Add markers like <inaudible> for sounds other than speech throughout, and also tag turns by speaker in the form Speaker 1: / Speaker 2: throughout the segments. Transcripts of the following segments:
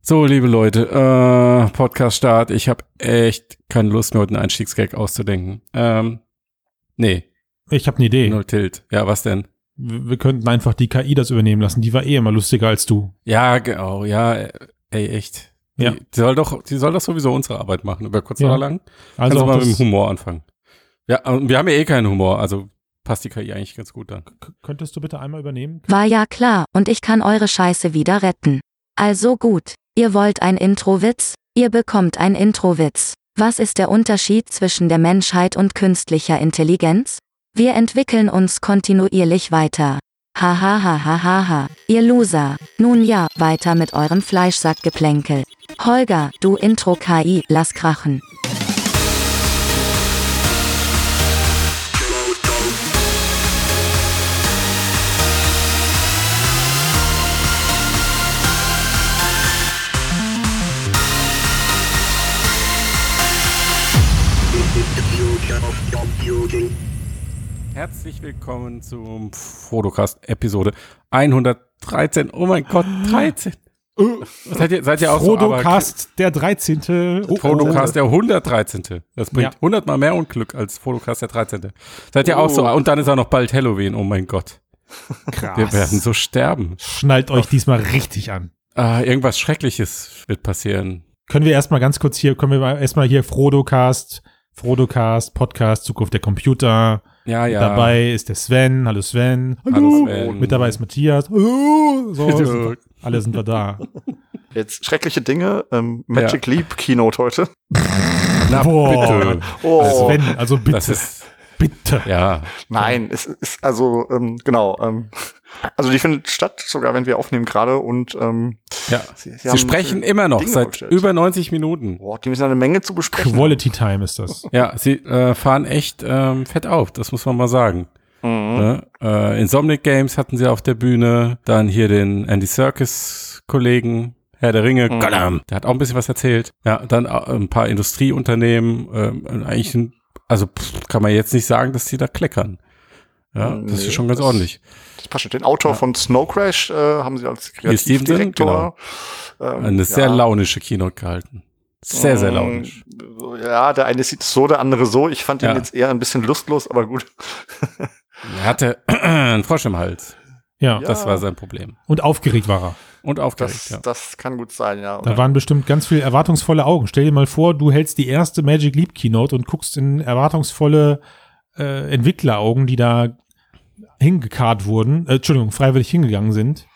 Speaker 1: So, liebe Leute, äh, Podcast-Start. Ich habe echt keine Lust mehr, heute einen Einstiegsgag auszudenken. Ähm, nee,
Speaker 2: Ich habe eine Idee.
Speaker 1: null Tilt. Ja, was denn?
Speaker 2: Wir wir könnten einfach die KI das übernehmen lassen. Die war eh immer lustiger als du.
Speaker 1: Ja, genau, ja, äh, ey, echt. Die,
Speaker 2: Ja.
Speaker 1: die soll doch, die soll doch sowieso unsere Arbeit machen, über kurz
Speaker 2: Ja.
Speaker 1: oder lang.
Speaker 2: Also
Speaker 1: Kannst du
Speaker 2: auch
Speaker 1: mal
Speaker 2: das
Speaker 1: mit dem Humor anfangen. Ja, und wir haben ja eh keinen Humor, also passt die KI eigentlich ganz gut dann.
Speaker 2: K- könntest du bitte einmal übernehmen?
Speaker 3: War ja klar, und ich kann eure Scheiße wieder retten. Also gut, ihr wollt ein Introwitz, ihr bekommt ein Introwitz. Was ist der Unterschied zwischen der Menschheit und künstlicher Intelligenz? Wir entwickeln uns kontinuierlich weiter. Ha ha ha ha ha ha, ihr Loser. Nun ja, weiter mit eurem Fleischsackgeplänkel. Holger, du Intro-KI, lass krachen.
Speaker 1: Herzlich willkommen zum Fotocast Episode 113. Oh mein Gott, 13.
Speaker 2: Äh.
Speaker 1: Seid ihr, seid ihr auch so aber-
Speaker 2: Frodocast, der 13. Oh,
Speaker 1: Fotocast der 113. Das bringt
Speaker 2: Ja.
Speaker 1: 100 mal mehr Unglück als Fotocast der 13. Seid ihr auch so?
Speaker 4: Oh.
Speaker 1: Und dann ist auch noch bald Halloween. Oh mein Gott.
Speaker 2: Oh, krass.
Speaker 1: Wir werden so Oh. sterben.
Speaker 2: Schnallt euch diesmal richtig an.
Speaker 1: Ah, irgendwas Schreckliches wird passieren.
Speaker 2: Können wir erstmal ganz kurz hier, können wir mal erstmal hier Frodocast, Frodocast, Podcast, Zukunft der Computer.
Speaker 1: Ja, Ah, ja.
Speaker 2: Mit dabei ist der Sven. Hallo Sven.
Speaker 1: Hallo Sven.
Speaker 2: Mit dabei ist Matthias. Hallo. So,
Speaker 1: So.
Speaker 2: sind wir- alle sind wir da.
Speaker 4: Jetzt schreckliche Dinge. Ähm, Magic Leap Keynote heute.
Speaker 1: Na,
Speaker 2: Boah.
Speaker 1: bitte.
Speaker 4: Oh,
Speaker 1: Also,
Speaker 2: Sven, also bitte,
Speaker 1: Das ist,
Speaker 2: bitte.
Speaker 1: ja.
Speaker 4: nein, es ist also ähm, genau. Ähm, also die findet statt, sogar wenn wir aufnehmen gerade und ähm,
Speaker 1: ja.
Speaker 4: sie,
Speaker 1: Sie sprechen immer noch
Speaker 4: Dinge
Speaker 1: seit
Speaker 4: vorgestellt.
Speaker 1: über 90 Minuten.
Speaker 4: Boah, die müssen eine Menge zu besprechen.
Speaker 2: Quality Time ist das.
Speaker 1: Ja, sie äh, fahren echt ähm, fett auf, das muss man mal sagen.
Speaker 4: Mhm.
Speaker 1: Ne? Äh, Insomniac Games hatten sie auf der Bühne, dann hier den Andy Serkis-Kollegen, Herr der Ringe,
Speaker 4: Mhm.
Speaker 1: Gollum, der hat auch ein bisschen was erzählt. Ja, dann au- ein paar Industrieunternehmen, ähm, eigentlich, ein, also pff, kann man jetzt nicht sagen, dass die da kleckern. Ja, das
Speaker 4: Nee,
Speaker 1: ist schon ganz
Speaker 4: das-
Speaker 1: ordentlich.
Speaker 4: Das passt schon. Den Autor von Snow Crash äh, haben sie als
Speaker 1: Stevenson,
Speaker 4: Kreativdirektor. Ähm,
Speaker 1: genau. Eine sehr launische Keynote gehalten. Sehr, sehr
Speaker 4: Mm,
Speaker 1: launisch.
Speaker 4: Ja, der eine sieht so, der andere so. Ich fand
Speaker 1: Ja.
Speaker 4: den jetzt eher ein bisschen lustlos, aber gut.
Speaker 1: Er hatte <clears throat> einen Frosch im Hals.
Speaker 2: Ja.
Speaker 4: Ja.
Speaker 1: Das war sein Problem.
Speaker 2: Und aufgeregt war er.
Speaker 1: Und aufgeregt,
Speaker 4: Das,
Speaker 1: ja.
Speaker 4: das kann gut sein, ja.
Speaker 2: Da waren bestimmt ganz viele erwartungsvolle Augen. Stell dir mal vor, du hältst die erste Magic Leap Keynote und guckst in erwartungsvolle äh, Entwickleraugen, die da hingekarrt wurden, äh, Entschuldigung, freiwillig hingegangen sind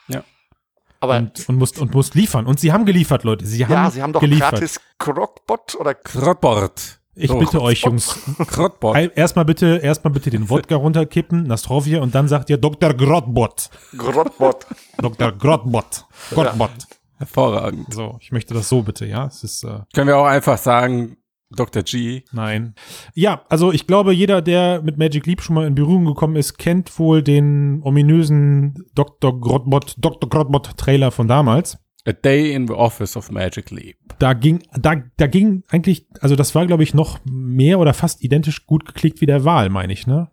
Speaker 4: aber
Speaker 2: und, und, musst, und musst liefern. Und sie haben geliefert, Leute. Sie haben,
Speaker 4: ja, sie haben doch
Speaker 2: geliefert.
Speaker 4: gratis Oh Crockbot oder
Speaker 1: Krottbord.
Speaker 2: Ich
Speaker 1: So,
Speaker 2: bitte
Speaker 1: <laughs>
Speaker 2: euch, Jungs,
Speaker 1: Krottbord.
Speaker 2: ein- erstmal bitte, erstmal bitte den
Speaker 4: <laughs>
Speaker 2: Wodka runterkippen, Nastrovje, und dann sagt ihr Dr. Grotbot.
Speaker 4: Grottbot.
Speaker 2: Dr. Grotbot. Grotbot.
Speaker 1: Hervorragend.
Speaker 2: So, ich möchte das so bitte, ja. Es ist, äh,
Speaker 1: Können wir auch einfach sagen, Dr. G.
Speaker 2: Nein. Ja, also ich glaube, jeder, der mit Magic Leap schon mal in Berührung gekommen ist, kennt wohl den ominösen Dr. Grotbot, Dr. Grotbot Trailer von damals.
Speaker 1: A Day in the Office of Magic Leap.
Speaker 2: Da ging, da, da ging eigentlich, also das war, glaube ich, noch mehr oder fast identisch gut geklickt wie der Wahl, meine ich, ne?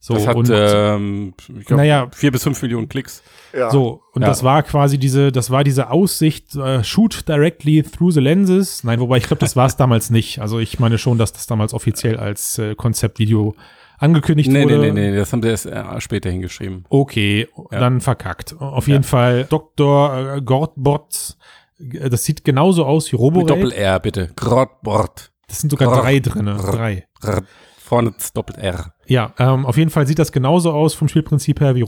Speaker 2: So,
Speaker 1: das hat,
Speaker 2: und,
Speaker 1: ähm, ich glaub,
Speaker 2: naja,
Speaker 1: vier bis fünf Millionen Klicks.
Speaker 4: Ja.
Speaker 2: so, und
Speaker 1: Ja.
Speaker 2: das war quasi diese, das war diese Aussicht, äh, shoot directly through the lenses. Nein, wobei ich glaube, das war es damals nicht. Also ich meine schon, dass das damals offiziell als äh, Konzeptvideo angekündigt
Speaker 1: Nee, nee,
Speaker 2: wurde.
Speaker 1: nee, nee, das haben sie erst äh, später hingeschrieben.
Speaker 2: Okay,
Speaker 1: Ja.
Speaker 2: dann verkackt. Auf jeden Fall Dr. äh, Gortbot, äh, das sieht genauso aus wie
Speaker 1: Mit
Speaker 2: Roborate.
Speaker 1: Doppel-R, bitte. Krottbord.
Speaker 2: Das sind sogar
Speaker 1: Grr.
Speaker 2: drei drinne,
Speaker 1: Grr.
Speaker 2: drei.
Speaker 1: Rrr. Vorne ist Doppel-R.
Speaker 2: Ja, ähm, auf jeden Fall sieht das genauso aus vom Spielprinzip her wie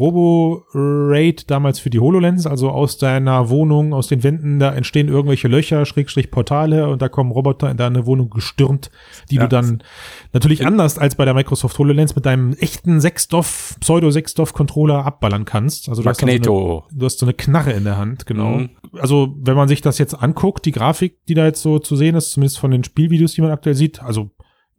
Speaker 2: Roborate damals für die HoloLens. Also aus deiner Wohnung, aus den Wänden, da entstehen irgendwelche Löcher, Schrägstrich Portale und da kommen Roboter in deine Wohnung gestürmt, die
Speaker 1: Ja.
Speaker 2: du dann natürlich anders als bei der Microsoft HoloLens mit deinem echten 6-Doff, Pseudo-6-Doff-Controller abballern kannst. Also du hast dann so eine-
Speaker 1: Magneto.
Speaker 2: Du hast so eine Knarre in der Hand, genau.
Speaker 1: Mhm.
Speaker 2: Also, wenn man sich das jetzt anguckt, die Grafik, die da jetzt so zu sehen ist, zumindest von den Spielvideos, die man aktuell sieht, also,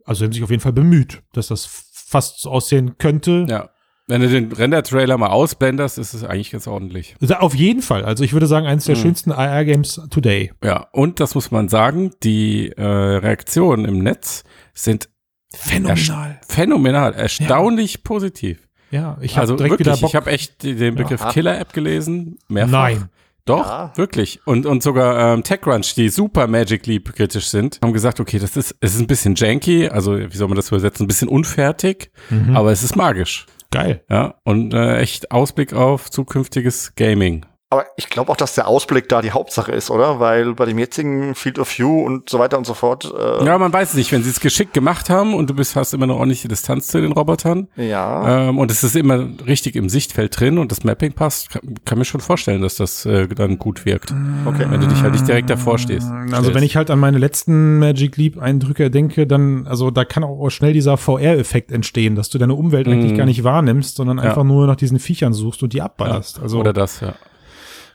Speaker 2: also sie haben sich auf jeden Fall bemüht, dass das fast so aussehen könnte.
Speaker 1: Ja. Wenn du den Render-Trailer mal ausblenderst, ist es eigentlich ganz ordentlich.
Speaker 2: Also auf jeden Fall. Also, ich würde sagen, eines der
Speaker 1: Mhm.
Speaker 2: schönsten AR-Games today.
Speaker 1: Ja, und das muss man sagen, die äh, Reaktionen im Netz sind
Speaker 2: Phänomenal.
Speaker 1: phänomenal, erstaunlich positiv.
Speaker 2: Ja, ich habe
Speaker 1: also
Speaker 2: direkt
Speaker 1: wirklich,
Speaker 2: wieder Bock.
Speaker 1: ich habe echt den Begriff
Speaker 4: Ja.
Speaker 1: Killer-App gelesen, mehrfach.
Speaker 2: Nein.
Speaker 1: Doch,
Speaker 4: Ja.
Speaker 1: wirklich. Und, und sogar ähm, TechCrunch, die super Magic Leap kritisch sind, haben gesagt, okay, das ist, es ist ein bisschen janky, also wie soll man das übersetzen, ein bisschen unfertig,
Speaker 2: Mhm.
Speaker 1: aber es ist magisch.
Speaker 2: Geil.
Speaker 1: Ja, und äh, echt Ausblick auf zukünftiges Gaming.
Speaker 4: Aber ich glaube auch, dass der Ausblick da die Hauptsache ist, oder? Weil bei dem jetzigen Field of View und so weiter und so fort. Äh,
Speaker 1: Ja, man weiß es nicht, wenn sie es geschickt gemacht haben und du bist, hast immer eine ordentliche Distanz zu den Robotern
Speaker 4: ja.
Speaker 1: ähm, und es ist immer richtig im Sichtfeld drin und das Mapping passt, kann, kann mir schon vorstellen, dass das äh, dann gut wirkt,
Speaker 4: Okay.
Speaker 1: wenn du dich halt nicht direkt davor stehst.
Speaker 2: Also wenn ich halt an meine letzten Magic Leap Eindrücke denke, dann, also da kann auch schnell dieser VR-Effekt entstehen, dass du deine Umwelt
Speaker 1: Mhm.
Speaker 2: eigentlich gar nicht wahrnimmst, sondern einfach nur nach diesen Viechern suchst und die abballerst. Also
Speaker 1: Oder das, ja.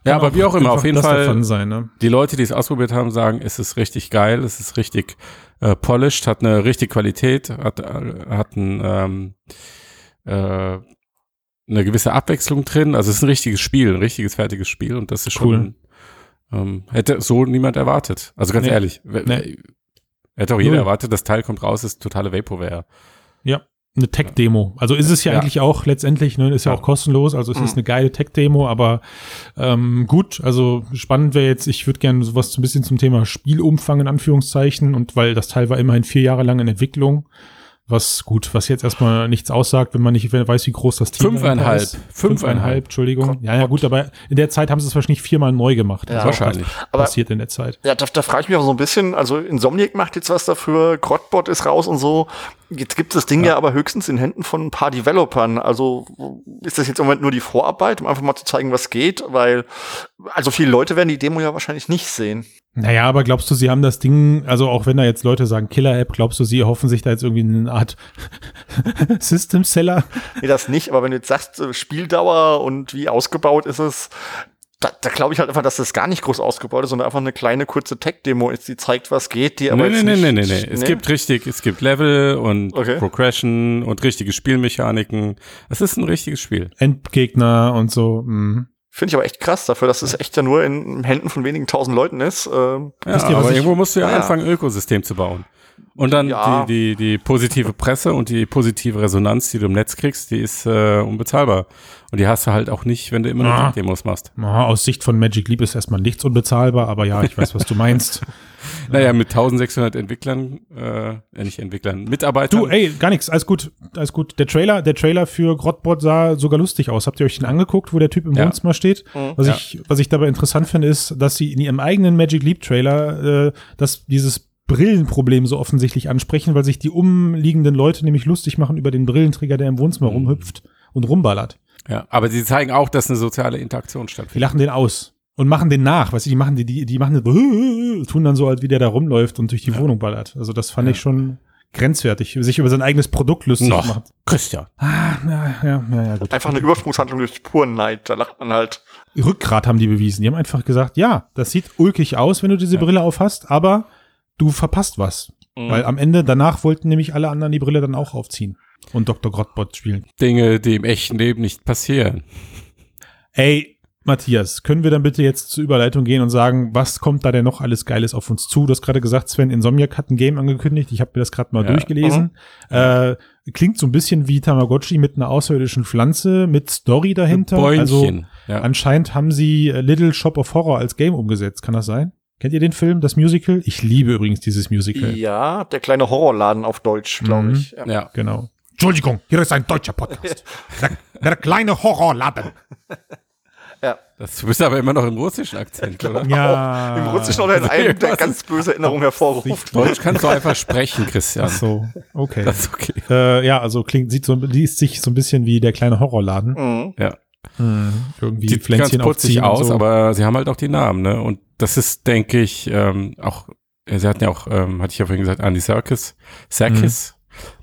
Speaker 1: Ja,
Speaker 2: kann
Speaker 1: aber wie auch immer,
Speaker 2: einfach
Speaker 1: auf jeden
Speaker 2: das der
Speaker 1: Fall
Speaker 2: Fun sein, ne?
Speaker 1: die Leute, die es ausprobiert haben, sagen, es ist richtig geil, es ist richtig äh, polished, hat eine richtige Qualität, hat, äh, hat ein, ähm, äh, eine gewisse Abwechslung drin. Also es ist ein richtiges Spiel, ein richtiges, fertiges Spiel und das ist
Speaker 2: Cool.
Speaker 1: schon, ähm, hätte so niemand erwartet. Also ganz
Speaker 2: Nee.
Speaker 1: ehrlich, w-
Speaker 2: Nee.
Speaker 1: hätte auch jeder
Speaker 2: Null.
Speaker 1: erwartet, das Teil kommt raus, ist totale Vaporware.
Speaker 2: Eine Tech-Demo. Also ist es ja,
Speaker 1: Ja.
Speaker 2: eigentlich auch letztendlich, ne, ist ja,
Speaker 1: Ja.
Speaker 2: auch kostenlos, also es
Speaker 4: Mhm.
Speaker 2: ist eine geile Tech-Demo, aber ähm, gut, also spannend wäre jetzt, ich würde gerne sowas ein bisschen zum Thema Spielumfang in Anführungszeichen und weil das Teil war immerhin vier Jahre lang in Entwicklung, was gut, was jetzt erstmal nichts aussagt, wenn man nicht weiß, wie groß das Team dahinter
Speaker 1: Fünfeinhalb.
Speaker 2: ist.
Speaker 1: Fünfeinhalb.
Speaker 2: Fünfeinhalb, Entschuldigung. ja, ja, gut, aber in der Zeit haben sie es wahrscheinlich viermal neu gemacht.
Speaker 4: Ja.
Speaker 2: Also auch das
Speaker 1: Wahrscheinlich.
Speaker 4: Aber-
Speaker 2: passiert in der Zeit.
Speaker 4: Ja, da, da frage ich mich auch so ein bisschen, also Insomniac macht jetzt was dafür, Grotbot ist raus und so. Jetzt gibt das Ding ja. aber höchstens in Händen von ein paar Developern. Also ist das jetzt im Moment nur die Vorarbeit, um einfach mal zu zeigen, was geht? Weil, also viele Leute werden die Demo ja wahrscheinlich nicht sehen.
Speaker 2: Naja, aber glaubst du, sie haben das Ding, also auch wenn da jetzt Leute sagen Killer-App, glaubst du, sie hoffen sich da jetzt irgendwie eine Art <laughs> System-Seller?
Speaker 4: Nee, das nicht, aber wenn du jetzt sagst, äh, Spieldauer und wie ausgebaut ist es, da, da glaube ich halt einfach, dass das gar nicht groß ausgebaut ist, sondern einfach eine kleine, kurze Tech-Demo ist, die zeigt, was geht, die aber
Speaker 1: nee,
Speaker 4: jetzt
Speaker 1: nee,
Speaker 4: nicht.
Speaker 1: nee, nee, nee, nee. Es gibt richtig, es gibt Level und
Speaker 4: Okay.
Speaker 1: Progression und richtige Spielmechaniken. Es ist ein richtiges Spiel.
Speaker 2: Endgegner und so. Mhm.
Speaker 4: Finde ich aber echt krass dafür, dass es echt ja nur in Händen von wenigen tausend Leuten ist. Ähm,
Speaker 1: Ja,
Speaker 2: Wisst ihr, was
Speaker 1: aber
Speaker 2: ich-
Speaker 1: irgendwo musst du ja,
Speaker 4: Ja.
Speaker 1: anfangen, ein Ökosystem zu bauen. Und dann
Speaker 4: Ja.
Speaker 1: die, die, die positive Presse und die positive Resonanz, die du im Netz kriegst, die ist äh, unbezahlbar. Und die hast du halt auch nicht, wenn du immer
Speaker 2: Ah.
Speaker 1: nur Demos machst.
Speaker 2: Ah, aus Sicht von Magic Leap ist erstmal nichts unbezahlbar, aber ja, ich weiß, was du meinst.
Speaker 1: Naja, mit 1600 Entwicklern, äh, äh, nicht Entwicklern, Mitarbeitern.
Speaker 2: Du, äh, ey, gar nichts, alles gut, alles gut. Der Trailer, der Trailer für Grotbot sah sogar lustig aus. Habt ihr euch den angeguckt, wo der Typ im
Speaker 1: Ja.
Speaker 2: Wohnzimmer steht?
Speaker 4: Mhm.
Speaker 2: Was
Speaker 1: Ja.
Speaker 2: ich, was ich dabei interessant finde, ist, dass sie in ihrem eigenen Magic Leap Trailer, äh, dass dieses Brillenproblem so offensichtlich ansprechen, weil sich die umliegenden Leute nämlich lustig machen über den Brillenträger, der im Wohnzimmer
Speaker 1: Mhm.
Speaker 2: rumhüpft und rumballert.
Speaker 1: Ja, aber sie zeigen auch, dass eine soziale Interaktion
Speaker 2: Die
Speaker 1: stattfindet.
Speaker 2: lachen den aus und machen den nach, weißt du, die machen die, die, die machen den, tun dann so, <laughs> als wie der da rumläuft und durch die Wohnung ballert. Also das fand ich schon grenzwertig, sich über sein eigenes Produkt lustig
Speaker 1: Noch.
Speaker 2: machen.
Speaker 1: Christian.
Speaker 2: Ah, na, ja, na, ja, gut.
Speaker 4: Einfach eine Übersprungshandlung durch puren Neid, da lacht man halt.
Speaker 2: Rückgrat haben die bewiesen. Die haben einfach gesagt, ja, das sieht ulkig aus, wenn du diese Brille auf hast, aber du verpasst was.
Speaker 4: Mhm.
Speaker 2: Weil
Speaker 1: ah,
Speaker 2: am Ende, danach wollten nämlich alle anderen die Brille dann auch aufziehen und Dr. Grottbot spielen.
Speaker 1: Dinge, die im echten Leben nicht passieren.
Speaker 2: Ey, Matthias, können wir dann bitte jetzt zur Überleitung gehen und sagen, was kommt da denn noch alles Geiles auf uns zu? Du hast gerade gesagt, Sven, Insomniac hat ein Game angekündigt. Ich habe mir das gerade mal
Speaker 1: Ja.
Speaker 2: durchgelesen. Äh, klingt so ein bisschen wie Tamagotchi mit einer außerirdischen Pflanze, mit Story dahinter.
Speaker 1: Bäumchen.
Speaker 2: Also,
Speaker 1: ja.
Speaker 2: Anscheinend haben sie äh, Little Shop of Horror als Game umgesetzt, kann das sein? Kennt ihr den Film, das Musical? Ich liebe übrigens dieses Musical.
Speaker 4: Ja, der kleine Horrorladen auf Deutsch, glaube
Speaker 2: Mhm.
Speaker 4: ich. Ja.
Speaker 1: ja.
Speaker 2: Genau. Entschuldigung, hier ist ein deutscher
Speaker 4: <laughs>
Speaker 2: Podcast. Der, der kleine Horrorladen.
Speaker 1: Das, du bist aber immer noch im russischen Akzent, oder?
Speaker 2: Ja.
Speaker 4: Im Russischen
Speaker 1: <laughs>
Speaker 4: oder in einem, der ganz böse Erinnerungen hervorruft.
Speaker 1: Deutsch kannst du einfach sprechen, Christian.
Speaker 2: Ach so, okay.
Speaker 1: Das ist okay.
Speaker 2: äh, ja, also klingt, sieht so, liest sich so ein bisschen wie der kleine Horrorladen.
Speaker 4: Mhm.
Speaker 2: Irgendwie
Speaker 1: Sieht
Speaker 2: Pflänzchen
Speaker 1: ganz putzig
Speaker 2: aufziehen und
Speaker 1: aus,
Speaker 2: so.
Speaker 1: aber sie haben halt auch die Namen, ne? Und das ist, denke ich, ähm, auch, äh, sie hatten ja auch, ähm, hatte ich ja vorhin gesagt, Andy Serkis, Serkis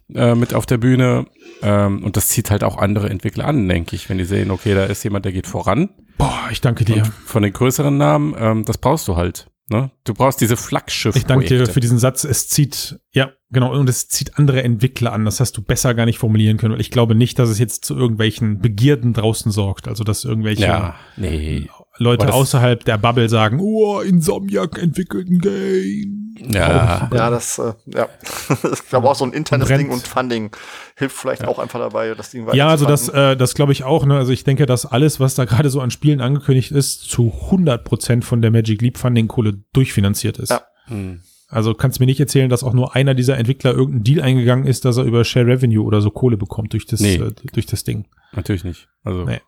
Speaker 2: Mhm.
Speaker 1: äh, mit auf der Bühne. Ähm, und das zieht halt auch andere Entwickler an, denke ich, wenn die sehen, okay, da ist jemand, der geht voran.
Speaker 2: Boah, ich danke dir.
Speaker 1: Und von den größeren Namen, ähm, das brauchst du halt. Ne? Du brauchst diese Flaggschiff.
Speaker 2: Ich danke dir für diesen Satz. Es zieht, ja, genau, und es zieht andere Entwickler an. Das hast du besser gar nicht formulieren können, weil ich glaube nicht, dass es jetzt zu irgendwelchen Begierden draußen sorgt. Also, dass irgendwelche
Speaker 1: Ja, nee.
Speaker 2: Leute
Speaker 1: Aber das-
Speaker 2: außerhalb der Bubble sagen, oh, Insomniac entwickelt ein Game.
Speaker 1: Ja.
Speaker 4: Ja, das, äh, ja. <laughs> ich glaube auch so ein internes
Speaker 2: brennt.
Speaker 4: Ding und Funding hilft vielleicht auch einfach dabei, das Ding weiter
Speaker 2: Ja, also das, äh, das glaube ich auch. Ne? Also ich denke, dass alles, was da gerade so an Spielen angekündigt ist, zu 100% von der Magic Leap Funding Kohle durchfinanziert ist.
Speaker 4: Ja.
Speaker 1: Hm.
Speaker 2: Also kannst mir nicht erzählen, dass auch nur einer dieser Entwickler irgendeinen Deal eingegangen ist, dass er über Share Revenue oder so Kohle bekommt durch das,
Speaker 1: Nee.
Speaker 2: äh, durch das Ding.
Speaker 1: Natürlich nicht. Also
Speaker 2: Nee.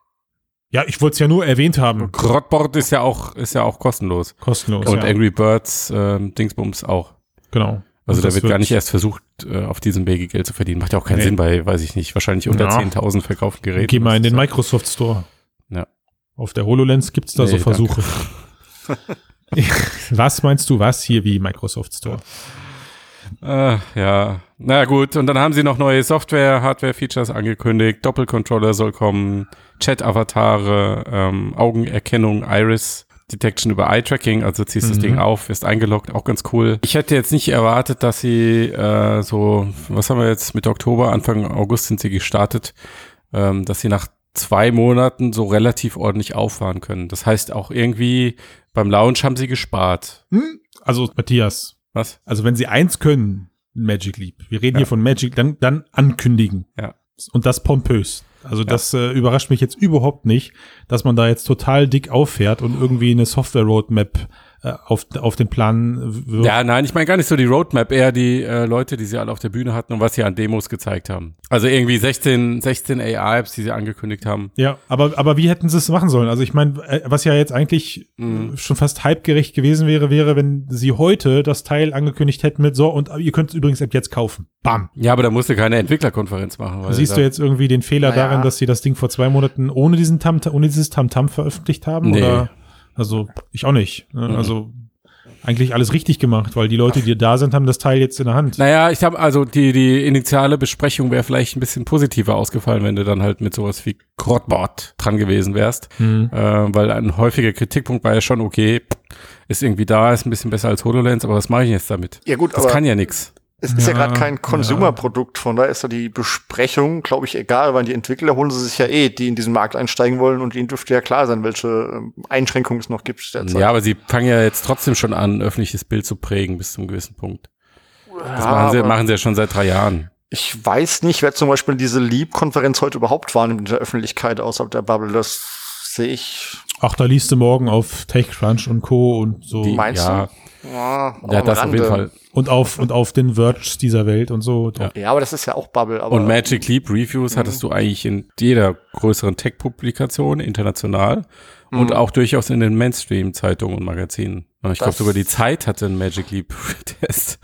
Speaker 2: Ja, ich wollte es ja nur erwähnt haben.
Speaker 1: Grotbord ist ja auch ist ja auch kostenlos.
Speaker 2: Kostenlos.
Speaker 1: Und
Speaker 2: ja.
Speaker 1: Angry Birds ähm, Dingsbums auch.
Speaker 2: Genau.
Speaker 1: Also
Speaker 2: Und
Speaker 1: da
Speaker 2: das
Speaker 1: wird gar nicht erst versucht, äh, auf diesem Wege Geld zu verdienen. Macht ja auch keinen
Speaker 2: Nee.
Speaker 1: Sinn bei, weiß ich nicht, wahrscheinlich unter
Speaker 2: Ja.
Speaker 1: 10.000 verkauften Geräten.
Speaker 2: Geh mal in
Speaker 1: Das
Speaker 2: den
Speaker 1: ist
Speaker 2: Microsoft Store.
Speaker 1: Ja.
Speaker 2: Auf der HoloLens gibt's da
Speaker 1: Nee,
Speaker 2: so Versuche. <laughs> was meinst du, was hier wie Microsoft Store?
Speaker 1: ja- Äh, ja, na gut. Und dann haben sie noch neue Software, Hardware-Features angekündigt. Doppelcontroller soll kommen, Chat-Avatare, ähm, Augenerkennung, Iris. Detection über Eye-Tracking, also ziehst das
Speaker 2: Mhm.
Speaker 1: Ding auf, wirst eingeloggt, auch ganz cool. Ich hätte jetzt nicht erwartet, dass sie äh, so, was haben wir jetzt mit Oktober, Anfang August sind sie gestartet, ähm, dass sie nach zwei Monaten so relativ ordentlich auffahren können. Das heißt auch irgendwie beim Launch haben sie gespart.
Speaker 2: Also Matthias,
Speaker 1: Was?
Speaker 2: also wenn sie eins können, Magic Leap. Wir reden
Speaker 1: Ja.
Speaker 2: hier von Magic, dann, dann ankündigen.
Speaker 1: Ja.
Speaker 2: Und das pompös. Also das äh, überrascht mich jetzt überhaupt nicht, dass man da jetzt total dick auffährt und irgendwie eine Software-Roadmap äh, auf, auf den Plan wirft.
Speaker 1: Ja, nein, ich meine gar nicht so die Roadmap, eher die äh, Leute, die sie alle auf der Bühne hatten und was sie an Demos gezeigt haben. Also irgendwie 16, 16 AI-Apps, die sie angekündigt haben.
Speaker 2: Ja, aber, aber wie hätten sie es machen sollen? Also ich meine, äh, was ja jetzt eigentlich
Speaker 1: Mhm.
Speaker 2: äh, schon fast hypegerecht gewesen wäre, wäre, wenn sie heute das Teil angekündigt hätten mit so, und äh, ihr könnt es übrigens ab jetzt kaufen. Bam.
Speaker 1: Ja, aber da musste keine Entwicklerkonferenz machen. Weil
Speaker 2: Siehst
Speaker 1: da-
Speaker 2: du jetzt irgendwie den Fehler
Speaker 4: Naja.
Speaker 2: darin, dass sie das Ding vor zwei Monaten ohne diesen Tam ohne dieses Tamtam veröffentlicht haben?
Speaker 1: Nee. Mhm.
Speaker 2: Oder? Also ich auch nicht. ne? Also eigentlich alles richtig gemacht, weil die Leute, die da sind, haben das Teil jetzt in der Hand.
Speaker 1: Naja, ich habe also die, die initiale Besprechung wäre vielleicht ein bisschen positiver ausgefallen, wenn du dann halt mit sowas wie Grotbot dran gewesen wärst.
Speaker 2: Mhm.
Speaker 1: Äh, weil ein häufiger Kritikpunkt war ja schon, okay, ist irgendwie da, ist ein bisschen besser als HoloLens, aber was mache ich jetzt damit?
Speaker 4: Ja gut,
Speaker 1: Das
Speaker 4: aber
Speaker 1: kann ja nix.
Speaker 4: es ist ja,
Speaker 2: Ja,
Speaker 4: gerade kein Consumer-Produkt, von daher ist da die Besprechung, glaube ich, egal, weil die Entwickler holen sie sich ja eh, die in diesen Markt einsteigen wollen und ihnen dürfte ja klar sein, welche ähm, Einschränkungen es noch gibt derzeit.
Speaker 1: Ja, aber sie fangen ja jetzt trotzdem schon an, ein öffentliches Bild zu prägen bis zum gewissen Punkt. Das
Speaker 4: Ja,
Speaker 1: machen, sie,
Speaker 4: Ah, aber
Speaker 1: machen sie ja schon seit drei Jahren.
Speaker 4: Ich weiß nicht, wer zum Beispiel diese Leap-Konferenz heute überhaupt wahrnimmt in der Öffentlichkeit außerhalb der Bubble. Das sehe ich.
Speaker 2: Ach, da liest du morgen auf TechCrunch und Co. und so.
Speaker 1: Die,
Speaker 4: Meinst
Speaker 1: ja,
Speaker 4: Ja,
Speaker 1: Ja,
Speaker 4: am
Speaker 1: das auf jeden
Speaker 4: Rande.
Speaker 1: Fall.
Speaker 2: Und auf, und auf den Verge dieser Welt und so.
Speaker 1: Ja.
Speaker 4: Ja, aber das ist ja auch Bubble. Aber Mhm.
Speaker 1: Und Magic Leap Reviews hattest du eigentlich in jeder größeren Tech-Publikation international
Speaker 4: Mhm.
Speaker 1: und auch durchaus in den Mainstream-Zeitungen und Magazinen. Ich glaube
Speaker 4: Das-
Speaker 1: sogar die Zeit hatte einen Magic Leap <laughs> Test.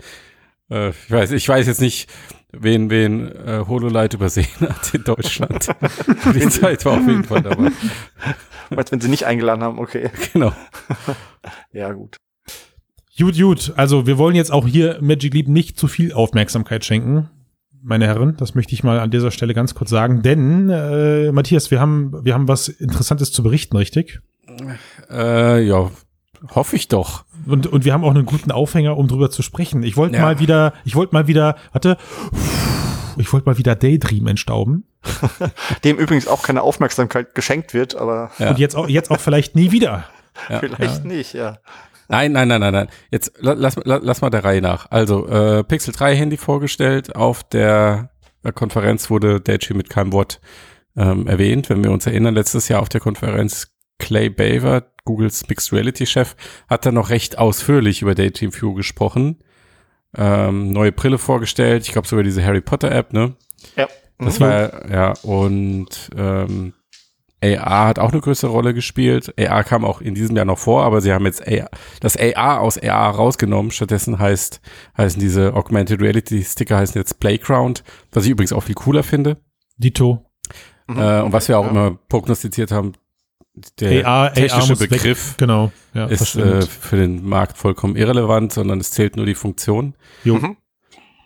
Speaker 1: Äh, ich weiß, ich weiß jetzt nicht, wen wen äh, Hololight übersehen hat in
Speaker 4: <laughs>
Speaker 1: Deutschland. die Zeit war auf jeden Fall dabei.
Speaker 4: Meinst, wenn sie nicht eingeladen haben, okay.
Speaker 1: <laughs> Genau.
Speaker 4: <laughs> Ja, gut.
Speaker 2: Gut, gut. Also wir wollen jetzt auch hier Magic Leap nicht zu viel Aufmerksamkeit schenken, meine Herren. Das möchte ich mal an dieser Stelle ganz kurz sagen. Denn, äh, Matthias, wir haben, wir haben was Interessantes zu berichten, richtig?
Speaker 1: Äh, ja, hoffe ich doch.
Speaker 2: Und, und wir haben auch einen guten Aufhänger, um drüber zu sprechen. Ich wollte
Speaker 1: Ja.
Speaker 2: mal wieder, ich wollte mal wieder, warte, ich wollte mal wieder Daydream entstauben.
Speaker 4: Dem übrigens auch keine Aufmerksamkeit geschenkt wird, aber
Speaker 1: Ja.
Speaker 2: Und jetzt auch, jetzt auch vielleicht nie wieder.
Speaker 1: Ja.
Speaker 4: <laughs> vielleicht nicht, ja.
Speaker 1: Nein, nein, nein, nein, nein. Jetzt la- lass, la- lass mal der Reihe nach. Also, äh, Pixel 3 Handy vorgestellt. Auf der äh, Konferenz wurde Deji mit keinem Wort ähm, erwähnt. Wenn wir uns erinnern, letztes Jahr auf der Konferenz Clay Baver, Googles Mixed Reality Chef, hat da noch recht ausführlich über Daydream View gesprochen. Ähm, neue Brille vorgestellt. Ich glaube sogar diese Harry Potter App, ne?
Speaker 4: Ja.
Speaker 1: Das
Speaker 4: Mhm.
Speaker 1: war ja und ähm, AR hat auch eine größere Rolle gespielt. AR kam auch in diesem Jahr noch vor, aber sie haben jetzt AR, das AR aus AR rausgenommen. Stattdessen heißt heißen diese Augmented Reality Sticker heißen jetzt Playground, was ich übrigens auch viel cooler finde.
Speaker 2: Dito.
Speaker 4: Mhm.
Speaker 1: Äh, und was wir auch
Speaker 4: Ja.
Speaker 1: immer prognostiziert haben, der
Speaker 2: AR, AR
Speaker 1: technische
Speaker 2: muss weg.
Speaker 1: Begriff
Speaker 2: Genau. Ja,
Speaker 1: ist äh,
Speaker 2: verschwindet.
Speaker 1: für den Markt vollkommen irrelevant, sondern es zählt nur die Funktion.
Speaker 2: Jo.
Speaker 4: Mhm.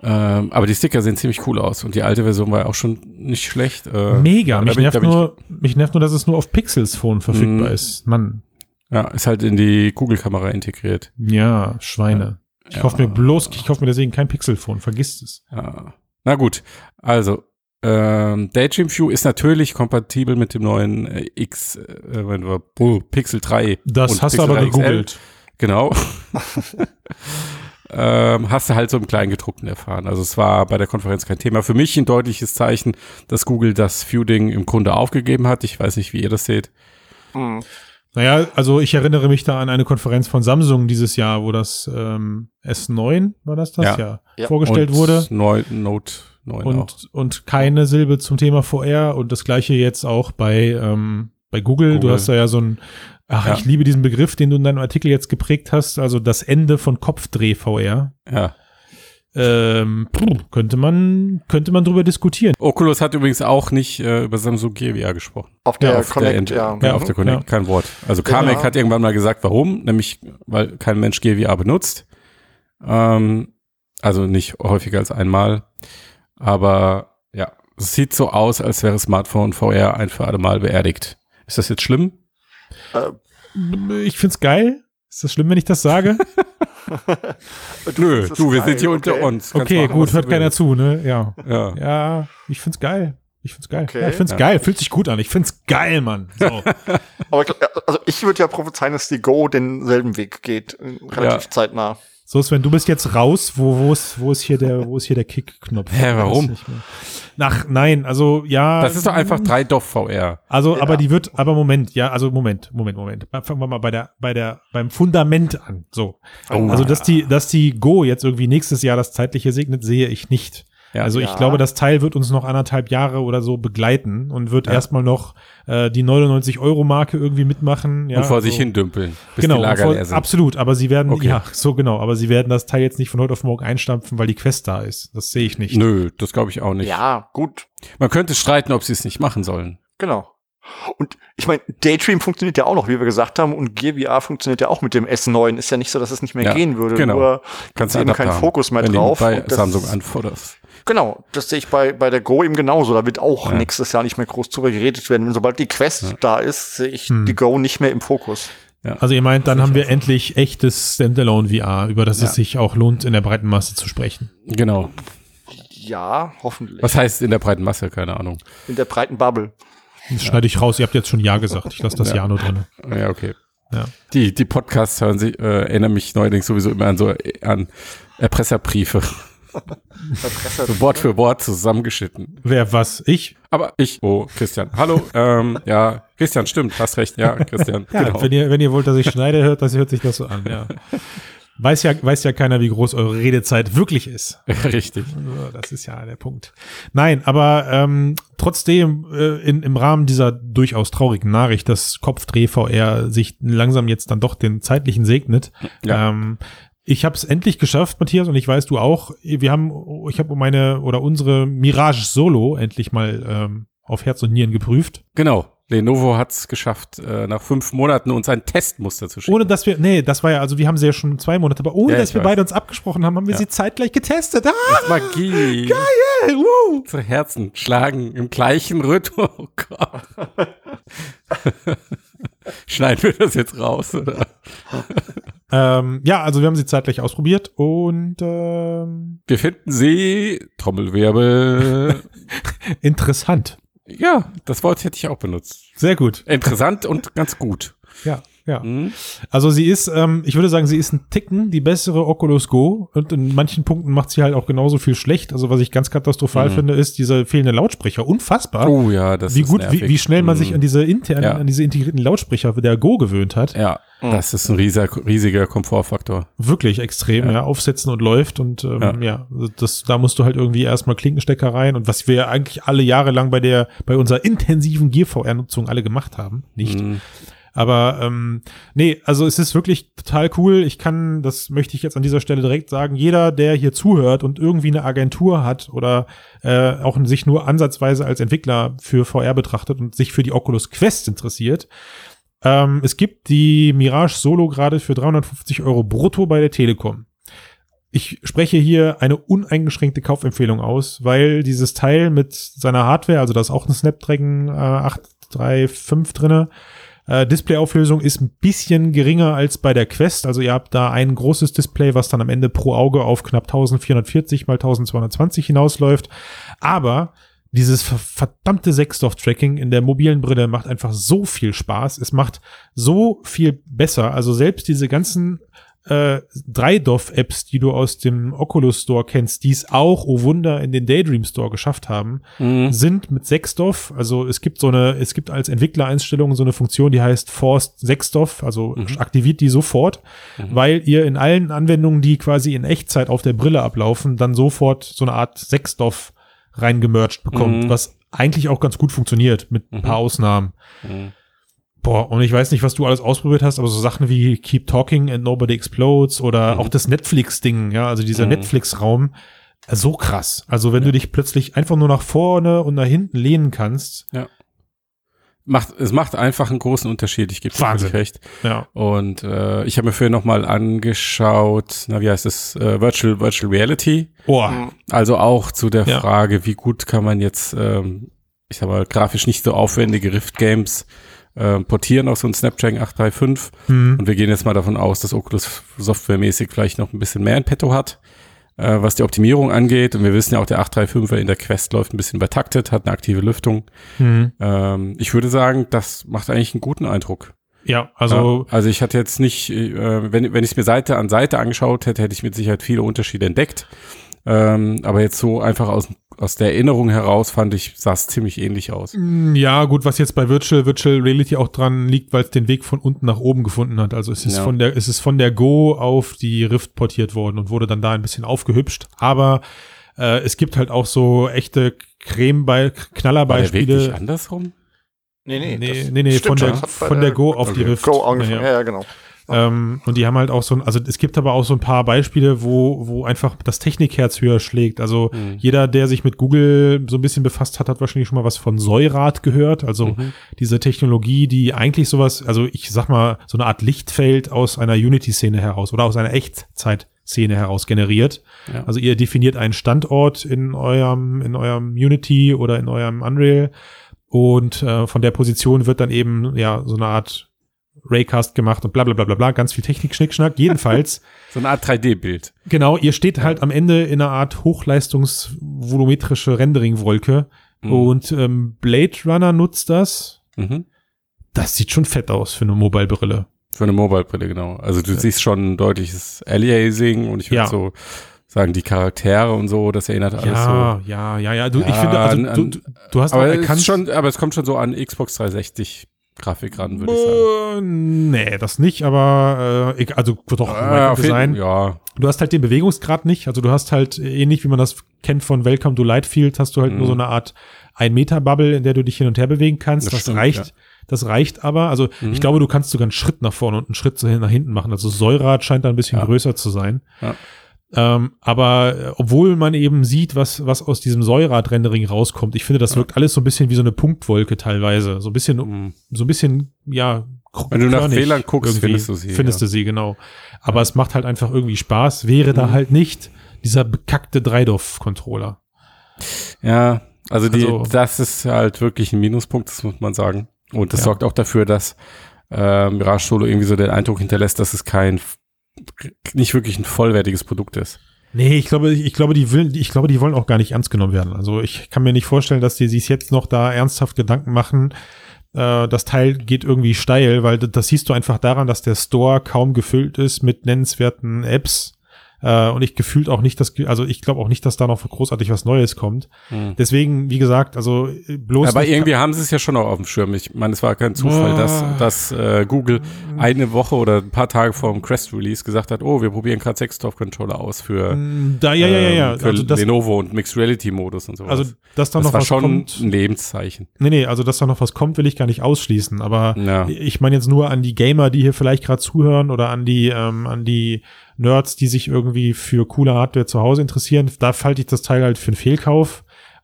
Speaker 1: Ähm, aber die Sticker sehen ziemlich cool aus und die alte Version war auch schon nicht schlecht. Äh,
Speaker 2: Mega.
Speaker 1: da
Speaker 2: Mich
Speaker 1: bin ich- da
Speaker 2: nervt,
Speaker 1: bin ich-
Speaker 2: nur, mich nervt nur, dass es nur auf Pixels Phone verfügbar
Speaker 1: Mhm.
Speaker 2: ist. Mann.
Speaker 1: Ja, ist halt in die Google-Kamera integriert.
Speaker 2: Ja, Schweine. Ich
Speaker 1: Ja.
Speaker 2: kaufe mir bloß, ich kaufe mir deswegen kein Pixelphone, vergiss es.
Speaker 1: Ja. Na gut, also ähm, Daydream View ist natürlich kompatibel mit dem neuen äh, X, äh, wenn wir- oh, Pixel 3.
Speaker 2: Das
Speaker 1: und
Speaker 2: hast du
Speaker 1: Pixel
Speaker 2: aber
Speaker 1: 3 XL.
Speaker 2: gegoogelt.
Speaker 1: Genau. <laughs> ähm, hast du halt so im Kleingedruckten erfahren. Also es war bei der Konferenz kein Thema. Für mich ein deutliches Zeichen, dass Google das Feuding im Grunde aufgegeben hat. Ich weiß nicht, wie ihr das seht.
Speaker 2: Mhm. Naja, also ich erinnere mich da an eine Konferenz von Samsung dieses Jahr, wo das ähm, S9, war das das? Ja. ja, ja. Vorgestellt
Speaker 1: und
Speaker 2: wurde.
Speaker 1: Neu, Note 9
Speaker 2: und,
Speaker 1: auch.
Speaker 2: und keine Silbe zum Thema VR und das gleiche jetzt auch bei, ähm, bei Google. Google. Du hast da ja so ein, ach,
Speaker 1: Ja.
Speaker 2: ich liebe diesen Begriff, den du in deinem Artikel jetzt geprägt hast, also das Ende von Kopfdreh VR.
Speaker 1: Ja.
Speaker 2: Ähm, puh, könnte man, könnte man drüber diskutieren.
Speaker 1: Oculus hat übrigens auch nicht äh, über Samsung Gear VR gesprochen.
Speaker 4: Auf der
Speaker 2: Ja,
Speaker 1: auf der,
Speaker 4: Connect,
Speaker 1: Ent-
Speaker 4: ja. Genau.
Speaker 1: auf der Connect,
Speaker 2: Ja.
Speaker 1: kein Wort. Also Kamek
Speaker 4: Ja.
Speaker 1: hat irgendwann mal gesagt, warum, nämlich weil kein Mensch GWA benutzt. Ähm, also nicht häufiger als einmal. Aber ja, es sieht so aus, als wäre Smartphone VR ein für alle Mal beerdigt. Ist das jetzt schlimm?
Speaker 2: Mhm. Ich find's geil. Ist das schlimm, wenn ich
Speaker 1: <laughs>
Speaker 2: das sage?
Speaker 1: Nö,
Speaker 4: Äh, Das ist
Speaker 1: du, wir
Speaker 4: geil,
Speaker 1: sind hier unter
Speaker 4: okay.
Speaker 1: uns. Kannst
Speaker 2: Okay,
Speaker 1: machen, was
Speaker 2: gut,
Speaker 1: du
Speaker 2: hört keiner
Speaker 1: willst.
Speaker 2: zu, ne? Ja.
Speaker 1: Ja.
Speaker 2: Ja, ich find's geil. Ich find's geil.
Speaker 4: Okay.
Speaker 2: Ja, ich find's
Speaker 1: Ja.
Speaker 2: geil. Fühlt sich gut an. Ich find's geil, Mann.
Speaker 1: <laughs>
Speaker 2: So.
Speaker 4: Aber ich glaub, also ich würde ja prophezeien, dass die Go denselben Weg geht, äh, relativ
Speaker 1: Ja.
Speaker 4: zeitnah.
Speaker 2: So, Sven, du bist jetzt raus. Wo, wo, ist, wo ist hier der, wo ist hier der Kick-Knopf?
Speaker 1: Hä, warum?
Speaker 2: Ich weiß nicht mehr. Nach, nein, also ja.
Speaker 1: Das ist doch einfach 3 Doff VR.
Speaker 2: Also,
Speaker 4: Ja.
Speaker 2: aber die wird, aber Moment, ja, also Moment, Moment, Moment. Fangen wir mal bei der, bei der, beim Fundament an. So.
Speaker 1: Oh.
Speaker 2: Also, dass die, dass die Go jetzt irgendwie nächstes Jahr das zeitliche segnet, sehe ich nicht.
Speaker 1: Ja.
Speaker 2: also, ich
Speaker 4: Ja.
Speaker 2: glaube, das Teil wird uns noch anderthalb Jahre oder so begleiten und wird erstmal noch äh, die 99-Euro-Marke irgendwie mitmachen. Ja,
Speaker 1: und vor sich
Speaker 2: also-
Speaker 1: hin dümpeln, bis
Speaker 2: genau,
Speaker 1: die Lager
Speaker 2: vor-
Speaker 1: leer sind.
Speaker 2: absolut, aber sie werden,
Speaker 1: Okay.
Speaker 2: ja, so genau, aber sie werden das Teil jetzt nicht von heute auf morgen einstampfen, weil die Quest da ist. Das sehe ich nicht.
Speaker 1: Nö, das glaube ich auch nicht.
Speaker 4: Ja, gut,
Speaker 1: Man könnte streiten, ob sie es nicht machen sollen.
Speaker 4: genau. Und ich meine, Daydream funktioniert ja auch noch, wie wir gesagt haben, und GVR funktioniert ja auch mit dem S9. Ist ja nicht so, dass es nicht mehr
Speaker 1: Ja,
Speaker 4: gehen würde.
Speaker 1: genau.
Speaker 4: Nur
Speaker 1: Kannst du
Speaker 4: eben
Speaker 1: Adapter
Speaker 4: keinen
Speaker 1: haben,
Speaker 4: Fokus mehr
Speaker 1: wenn du ihn
Speaker 4: drauf.
Speaker 1: bei
Speaker 4: und das-
Speaker 1: Samsung anforderst.
Speaker 4: Genau, das sehe ich bei, bei der Go eben genauso. Da wird auch
Speaker 1: Ja.
Speaker 4: nächstes Jahr nicht mehr groß drüber geredet werden. Und sobald die Quest da ist, sehe ich
Speaker 2: Hm.
Speaker 4: die Go nicht mehr im Fokus.
Speaker 2: Also ihr meint, dann haben wir endlich echtes Standalone VR, über das
Speaker 1: Ja.
Speaker 2: es sich auch lohnt, in der breiten Masse zu sprechen.
Speaker 1: Genau.
Speaker 4: Ja, hoffentlich.
Speaker 1: Was heißt in der breiten Masse? Keine Ahnung.
Speaker 4: In der breiten Bubble.
Speaker 2: Das schneide ich raus. Ihr habt jetzt schon Ja gesagt. Ich lasse das Ja, nur drin.
Speaker 1: Ja, okay.
Speaker 2: Ja.
Speaker 1: Die, die Podcasts hören sich, äh, erinnern mich neuerdings sowieso immer an so äh, an Erpresserbriefe. so Wort für Wort zusammengeschnitten.
Speaker 2: Wer was? Ich?
Speaker 1: Aber ich, oh, Christian. Hallo, ähm, ja, Christian, stimmt, hast recht, ja, Christian.
Speaker 2: <laughs>
Speaker 1: Genau.
Speaker 2: Ja, Genau. wenn, ihr, wenn ihr wollt, dass ich schneide, hört, das hört sich das so an. Ja. Weiß ja, weiß ja keiner, wie groß eure Redezeit wirklich ist.
Speaker 1: <laughs> Richtig.
Speaker 2: So, Das ist ja der Punkt. Nein, aber ähm, trotzdem äh, in, im Rahmen dieser durchaus traurigen Nachricht, dass Kopfdreh VR sich langsam jetzt dann doch den zeitlichen segnet.
Speaker 1: Ja.
Speaker 2: Ähm, ich habe es endlich geschafft, Matthias, und ich weiß, du auch. Wir haben, ich habe meine oder unsere Mirage Solo endlich mal ähm, auf Herz und Nieren geprüft.
Speaker 1: Genau. Lenovo hat es geschafft, äh, nach fünf Monaten uns ein Testmuster zu schicken.
Speaker 2: Ohne dass wir, nee, das war ja, also wir haben sie ja schon zwei Monate, aber ohne
Speaker 1: Ja,
Speaker 2: dass
Speaker 1: ich
Speaker 2: wir
Speaker 1: weiß.
Speaker 2: beide uns abgesprochen haben, haben wir
Speaker 1: Ja.
Speaker 2: sie zeitgleich getestet. Ah,
Speaker 1: Das ist Magie.
Speaker 2: geil, wow.
Speaker 1: Unsere Herzen schlagen im gleichen Rhythmus. Oh Gott. <laughs> Schneiden wir das jetzt raus, oder?
Speaker 2: Ähm, ja, also wir haben sie zeitgleich ausprobiert und ähm,
Speaker 1: Wir finden sie, Trommelwirbel.
Speaker 2: interessant.
Speaker 1: ja, das Wort hätte ich auch benutzt.
Speaker 2: Sehr gut.
Speaker 1: Interessant und ganz gut.
Speaker 2: Ja, ja.
Speaker 1: Hm?
Speaker 2: Also sie ist, ähm, ich würde sagen, sie ist ein Ticken die bessere Oculus Go und in manchen Punkten macht sie halt auch genauso viel schlecht. Also was ich ganz katastrophal finde, ist dieser fehlende Lautsprecher. Unfassbar.
Speaker 1: Mhm. Oh ja, das
Speaker 2: wie
Speaker 1: ist
Speaker 2: gut,
Speaker 1: nervig.
Speaker 2: wie, wie schnell man
Speaker 1: Hm.
Speaker 2: sich an diese internen,
Speaker 1: Ja.
Speaker 2: an diese integrierten Lautsprecher der Go gewöhnt hat.
Speaker 1: Ja, das ist ein riesiger, riesiger Komfortfaktor.
Speaker 2: wirklich extrem, ja. aufsetzen und läuft und ähm, ja.
Speaker 1: Ja.
Speaker 2: das, da musst du halt irgendwie erstmal Klinkenstecker rein und was wir ja eigentlich alle Jahre lang bei der, bei unserer intensiven Gear VR-Nutzung alle gemacht haben, nicht.
Speaker 1: Hm.
Speaker 2: Aber ähm, nee, also es ist wirklich total cool. Ich kann, das möchte ich jetzt an dieser Stelle direkt sagen, jeder, der hier zuhört und irgendwie eine Agentur hat oder äh, auch sich nur ansatzweise als Entwickler für VR betrachtet und sich für die Oculus Quest interessiert, ähm, es gibt die Mirage Solo gerade für 350 Euro brutto bei der Telekom. Ich spreche hier eine uneingeschränkte Kaufempfehlung aus, weil dieses Teil mit seiner Hardware, also da ist auch ein Snapdragon äh, 835 drinne, äh, Displayauflösung ist ein bisschen geringer als bei der Quest. Also ihr habt da ein großes Display, was dann am Ende pro Auge auf knapp 1440 mal 1220 hinausläuft. Aber dieses ver- verdammte Sechsdorf-Tracking in der mobilen Brille macht einfach so viel Spaß. Es macht so viel besser. Also selbst diese ganzen äh, drei DOF-Apps, die du aus dem Oculus Store kennst, die es auch, oh Wunder, in den Daydream Store geschafft haben,
Speaker 1: Mhm.
Speaker 2: sind mit 6DOF, also es gibt so eine, es gibt als Entwicklereinstellung so eine Funktion, die heißt Forced 6DOF, also
Speaker 1: Mhm.
Speaker 2: aktiviert die sofort, weil ihr in allen Anwendungen, die quasi in Echtzeit auf der Brille ablaufen, dann sofort so eine Art 6DOF reingemerged bekommt,
Speaker 1: Mhm.
Speaker 2: was eigentlich auch ganz gut funktioniert, mit ein paar Ausnahmen.
Speaker 1: Mhm.
Speaker 2: Boah, und ich weiß nicht, was du alles ausprobiert hast, aber so Sachen wie Keep Talking and Nobody Explodes oder auch das Netflix-Ding, ja, also dieser
Speaker 1: Mhm.
Speaker 2: Netflix-Raum, äh, so krass. Also wenn du dich plötzlich einfach nur nach vorne und nach hinten lehnen kannst,
Speaker 1: Macht, es macht einfach einen großen Unterschied, ich gebe dir
Speaker 2: Wahnsinn.
Speaker 1: völlig recht.
Speaker 2: ja,
Speaker 1: Und äh, ich habe mir vorher nochmal angeschaut, na wie heißt es, äh, Virtual, Virtual Reality.
Speaker 2: boah,
Speaker 1: Also auch zu der
Speaker 2: Ja.
Speaker 1: Frage, wie gut kann man jetzt, ähm, ich sag mal, grafisch nicht so aufwendige Rift Games ähm, portieren auf so ein Snapdragon 835.
Speaker 2: Hm.
Speaker 1: Und wir gehen jetzt mal davon aus, dass Oculus softwaremäßig vielleicht noch ein bisschen mehr in petto hat, äh, was die Optimierung angeht. Und wir wissen ja auch, der 835er in der Quest läuft ein bisschen übertaktet, hat eine aktive Lüftung.
Speaker 2: Hm.
Speaker 1: Ähm, ich würde sagen, das macht eigentlich einen guten Eindruck.
Speaker 2: ja, also
Speaker 1: ja, also ich hatte jetzt nicht, äh, wenn, wenn ich es mir Seite an Seite angeschaut hätte, hätte ich mit Sicherheit viele Unterschiede entdeckt. Ähm, aber jetzt so einfach aus, aus der Erinnerung heraus fand ich, sah es ziemlich ähnlich aus.
Speaker 2: Mm, Ja, gut, was jetzt bei Virtual, Virtual Reality auch dran liegt, weil es den Weg von unten nach oben gefunden hat. Also es ist
Speaker 1: Ja.
Speaker 2: von der, es ist von der Go auf die Rift portiert worden und wurde dann da ein bisschen aufgehübscht. Aber äh, es gibt halt auch so echte
Speaker 1: War der
Speaker 2: Cremeball,
Speaker 1: Weg nicht
Speaker 2: Knallerbeispiele.
Speaker 1: andersrum?
Speaker 4: Nee, nee,
Speaker 2: Nee,
Speaker 4: das
Speaker 2: nee, nee,
Speaker 4: stimmt
Speaker 2: von
Speaker 4: schon.
Speaker 2: der-
Speaker 4: Das hat bei
Speaker 2: von der Go auf die Rift.
Speaker 4: Go angefangen,
Speaker 2: Ja,
Speaker 4: ja,
Speaker 2: ja.
Speaker 4: ja, genau.
Speaker 2: Ähm, und die haben halt auch so ein, also es gibt aber auch so ein paar Beispiele, wo, wo einfach das Technikherz höher schlägt. Also
Speaker 1: Mhm.
Speaker 2: jeder, der sich mit Google so ein bisschen befasst hat, hat wahrscheinlich schon mal was von Säurat gehört.
Speaker 1: Mhm.
Speaker 2: Also diese Technologie, die eigentlich sowas, also ich sag mal, so eine Art Lichtfeld aus einer Unity-Szene heraus oder aus einer Echtzeit-Szene heraus generiert.
Speaker 1: Ja.
Speaker 2: Also ihr definiert einen Standort in eurem, in eurem Unity oder in eurem Unreal und äh, von der Position wird dann eben ja so eine Art Raycast gemacht und bla bla bla bla bla, ganz viel Technik, Schnickschnack.
Speaker 1: <laughs>
Speaker 2: Jedenfalls,
Speaker 1: So eine Art 3D-Bild.
Speaker 2: genau, ihr steht halt am Ende in einer Art hochleistungsvolumetrische Rendering-Wolke
Speaker 1: Mhm.
Speaker 2: und ähm, Blade Runner nutzt das.
Speaker 1: Mhm.
Speaker 2: Das sieht schon fett aus für eine Mobile-Brille.
Speaker 1: Für eine Mobile-Brille, genau. Also du siehst schon ein deutliches Aliasing und ich würde
Speaker 2: Ja.
Speaker 1: so sagen, die Charaktere und so, das erinnert alles so.
Speaker 2: Ja, ja, ja, ja. Du, ich
Speaker 1: Ja,
Speaker 2: finde, also,
Speaker 1: an-
Speaker 2: du,
Speaker 1: an-
Speaker 2: du, du hast
Speaker 1: Aber
Speaker 2: auch
Speaker 1: es,
Speaker 2: erkannt.
Speaker 1: ist schon, aber es kommt schon so an Xbox 360 Grafik ran, würde ich sagen.
Speaker 2: äh, nee, das nicht, aber äh, egal, also doch,
Speaker 1: Äh,
Speaker 2: mein
Speaker 1: auf jeden-
Speaker 2: Design.
Speaker 1: ja,
Speaker 2: Du hast halt den Bewegungsgrad nicht. Also du hast halt äh, ähnlich wie man das kennt von Welcome to Lightfield, hast du halt
Speaker 1: Mhm.
Speaker 2: nur so eine Art ein Meter Bubble, in der du dich hin und her bewegen kannst.
Speaker 1: Das
Speaker 2: Das,
Speaker 1: stimmt,
Speaker 2: reicht.
Speaker 1: ja.
Speaker 2: Das reicht aber. Also
Speaker 1: Mhm.
Speaker 2: ich glaube, du kannst sogar einen Schritt nach vorne und einen Schritt so hin- nach hinten machen. Also Säurat scheint da ein bisschen
Speaker 1: Ja.
Speaker 2: größer zu sein.
Speaker 1: Ja.
Speaker 2: Ähm, aber äh, obwohl man eben sieht, was, was aus diesem Säurat-Rendering rauskommt, ich finde, das wirkt alles so ein bisschen wie so eine Punktwolke teilweise. So ein bisschen
Speaker 1: Mhm.
Speaker 2: so ein bisschen, ja, kr-
Speaker 1: Wenn du nach
Speaker 2: körnig
Speaker 1: Fehlern guckst,
Speaker 2: irgendwie.
Speaker 1: findest du sie,
Speaker 2: Findest
Speaker 1: ja.
Speaker 2: du sie, genau. Aber es macht halt einfach irgendwie Spaß, wäre
Speaker 1: Mhm.
Speaker 2: da halt nicht dieser bekackte Dreidorf-Controller.
Speaker 1: Ja, also, die,
Speaker 2: Also-
Speaker 1: das ist halt wirklich ein Minuspunkt, das muss man sagen. Und das
Speaker 2: Ja.
Speaker 1: sorgt auch dafür, dass äh, Mirage Solo irgendwie so den Eindruck hinterlässt, dass es kein, nicht wirklich ein vollwertiges Produkt ist.
Speaker 2: Nee, ich glaube, ich glaube, die will, ich glaube, die wollen auch gar nicht ernst genommen werden. Also ich kann mir nicht vorstellen, dass die sich jetzt noch da ernsthaft Gedanken machen. Äh, das Teil geht irgendwie steil, weil d- das siehst du einfach daran, dass der Store kaum gefüllt ist mit nennenswerten Apps. Äh, und ich gefühlt auch nicht, dass, ge- also ich glaube auch nicht, dass da noch großartig was Neues kommt. Deswegen, wie gesagt, also äh, bloß.
Speaker 1: Aber
Speaker 2: nicht-
Speaker 1: irgendwie haben sie es ja schon auch auf dem Schirm. Ich meine, es war kein Zufall, dass,
Speaker 2: Ah. Hm.
Speaker 1: dass äh, Google eine Woche oder ein paar Tage vor dem Crest-Release gesagt hat, oh, wir probieren gerade Sexdorf-Controller aus für,
Speaker 2: Da, Hm. ja, ja, ja, ja.
Speaker 1: ähm, für
Speaker 2: Also das,
Speaker 1: Lenovo und Mixed Reality-Modus und sowas.
Speaker 2: also, dass da
Speaker 1: das
Speaker 2: noch
Speaker 1: war
Speaker 2: was
Speaker 1: schon
Speaker 2: kommt.
Speaker 1: ein Lebenszeichen.
Speaker 2: Nee, nee, also, dass da noch was kommt, will ich gar nicht ausschließen. Aber
Speaker 1: Ja. Mhm.
Speaker 2: ich meine jetzt nur an die Gamer, die hier vielleicht gerade zuhören oder an die, ähm, an die Nerds, die sich irgendwie für coole Hardware zu Hause interessieren. Da halte ich das Teil halt für einen Fehlkauf.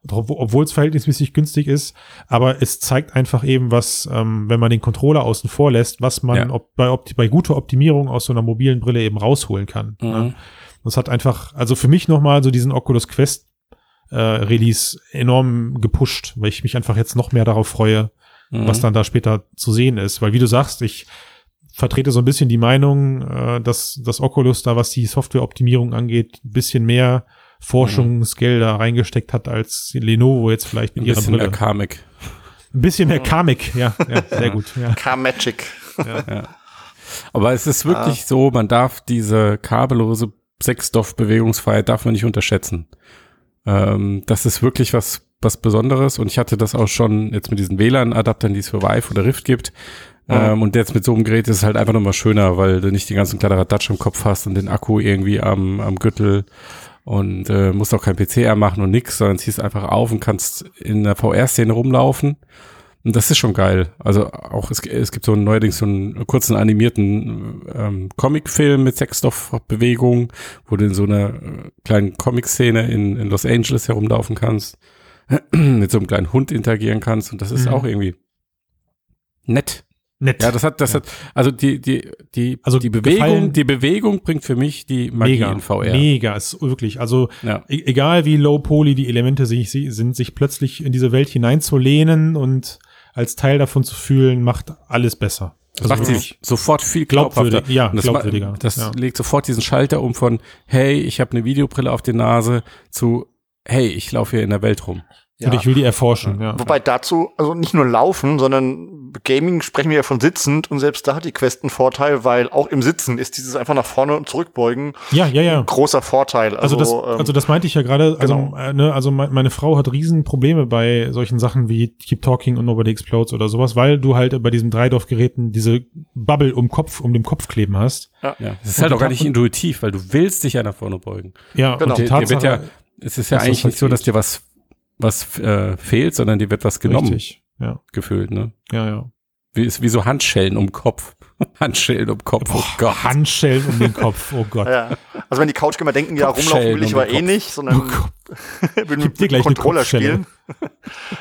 Speaker 2: Obwohl es verhältnismäßig günstig ist, aber es zeigt einfach eben, was, ähm, wenn man den Controller außen vor lässt, was man
Speaker 1: Ja.
Speaker 2: ob, bei, opt- bei guter Optimierung aus so einer mobilen Brille eben rausholen kann.
Speaker 1: Mhm.
Speaker 2: ne? Das hat einfach, also für mich nochmal so diesen Oculus Quest äh, Release enorm gepusht, weil ich mich einfach jetzt noch mehr darauf freue,
Speaker 1: Mhm.
Speaker 2: was dann da später zu sehen ist. Weil wie du sagst, ich vertrete so ein bisschen die Meinung, äh, dass das Oculus da, was die Softwareoptimierung angeht, ein bisschen mehr Forschungsgelder reingesteckt hat als Lenovo jetzt vielleicht
Speaker 1: Mhm.
Speaker 2: mit
Speaker 1: ein
Speaker 2: ihrer
Speaker 1: bisschen
Speaker 2: Brille.
Speaker 1: mehr Mhm. Karmic.
Speaker 2: Ein bisschen mehr Karmic, ja, ja sehr gut. Ja.
Speaker 4: Car Magic.
Speaker 1: Ja. Aber es ist wirklich
Speaker 4: Ah.
Speaker 1: so, man darf diese kabellose Sechsstoff-Bewegungsfreiheit darf man nicht unterschätzen. Ähm, das ist wirklich was, was Besonderes und ich hatte das auch schon jetzt mit diesen WLAN-Adaptern, die es für Vive oder Rift gibt. Ähm, und jetzt mit so einem Gerät ist es halt einfach nochmal schöner, weil du nicht den ganzen Kladderadatsch im Kopf hast und den Akku irgendwie am, am Gürtel und äh, musst auch kein PCR machen und nix, sondern ziehst einfach auf und kannst in der VR-Szene rumlaufen. Und das ist schon geil. Also auch, es, es gibt so einen, neuerdings so einen kurzen animierten ähm, Comicfilm mit Sexstoffbewegung, wo du in so einer äh, kleinen Comic-Szene in, in Los Angeles herumlaufen kannst, <clears throat> mit so einem kleinen Hund interagieren kannst und das ist
Speaker 2: Mhm.
Speaker 1: auch irgendwie nett.
Speaker 2: Nett.
Speaker 1: Ja, das hat, das
Speaker 2: Ja.
Speaker 1: hat, also die, die, die,
Speaker 2: Also
Speaker 1: die Bewegung,
Speaker 2: gefallen-
Speaker 1: die Bewegung bringt für mich die Magie
Speaker 2: mega.
Speaker 1: in VR.
Speaker 2: Mega, ist wirklich. Also
Speaker 1: Ja.
Speaker 2: e egal wie low poly die Elemente sich, sie sind, sich plötzlich in diese Welt hineinzulehnen und als Teil davon zu fühlen, macht alles besser. Also
Speaker 1: Das macht sie sofort viel
Speaker 2: Glaubwürdig-
Speaker 1: glaubhafter.
Speaker 2: ja,
Speaker 1: Und das
Speaker 2: glaubwürdiger,
Speaker 1: ma- Das
Speaker 2: ja.
Speaker 1: legt sofort diesen Schalter um von, hey, ich habe eine Videobrille auf der Nase zu, hey, ich laufe hier in der Welt rum.
Speaker 2: Und ich will die erforschen. Ja.
Speaker 4: Wobei dazu, also nicht nur laufen, sondern Gaming sprechen wir ja von sitzend und selbst da hat die Quest einen Vorteil, weil auch im Sitzen ist dieses einfach nach vorne und zurückbeugen
Speaker 2: ja, ja, ja.
Speaker 4: ein großer Vorteil.
Speaker 2: Also,
Speaker 4: Also,
Speaker 2: das,
Speaker 4: ähm,
Speaker 2: also das meinte ich ja gerade. Also,
Speaker 4: genau.
Speaker 2: äh, ne, also me meine Frau hat riesen Probleme bei solchen Sachen wie Keep Talking und Nobody Explodes oder sowas, weil du halt bei diesen Dreidorf-Geräten diese Bubble um Kopf, um dem Kopf kleben hast.
Speaker 1: Ja. Es ist halt
Speaker 2: die
Speaker 1: auch gar nicht
Speaker 2: Tatsache-
Speaker 1: intuitiv, weil du willst dich ja nach vorne beugen.
Speaker 2: Ja,
Speaker 4: Genau.
Speaker 2: und die
Speaker 1: Dir, dir
Speaker 2: Tatsache,
Speaker 1: wird ja, es ist ja
Speaker 2: dass
Speaker 1: eigentlich
Speaker 2: das
Speaker 1: nicht so, dass dir was, was äh, fehlt, sondern dir wird was genommen,
Speaker 2: richtig. Ja,
Speaker 1: gefühlt, ne?
Speaker 2: ja, ja.
Speaker 1: Wie, ist wie so Handschellen um Kopf. <laughs> Handschellen um Kopf. oh Gott.
Speaker 2: Handschellen um den Kopf. Oh Gott.
Speaker 4: ja. also wenn die Couchgamer denken, ja, rumlaufen
Speaker 1: Kopfschellen
Speaker 4: will ich
Speaker 1: um
Speaker 4: aber
Speaker 1: den
Speaker 4: eh
Speaker 1: Kopf.
Speaker 4: nicht,
Speaker 2: <laughs>
Speaker 4: sondern <laughs> will
Speaker 2: Gib dir
Speaker 4: mit
Speaker 2: gleich
Speaker 4: dem
Speaker 2: eine
Speaker 4: Controller
Speaker 2: Kopfschelle.
Speaker 4: spielen, <laughs>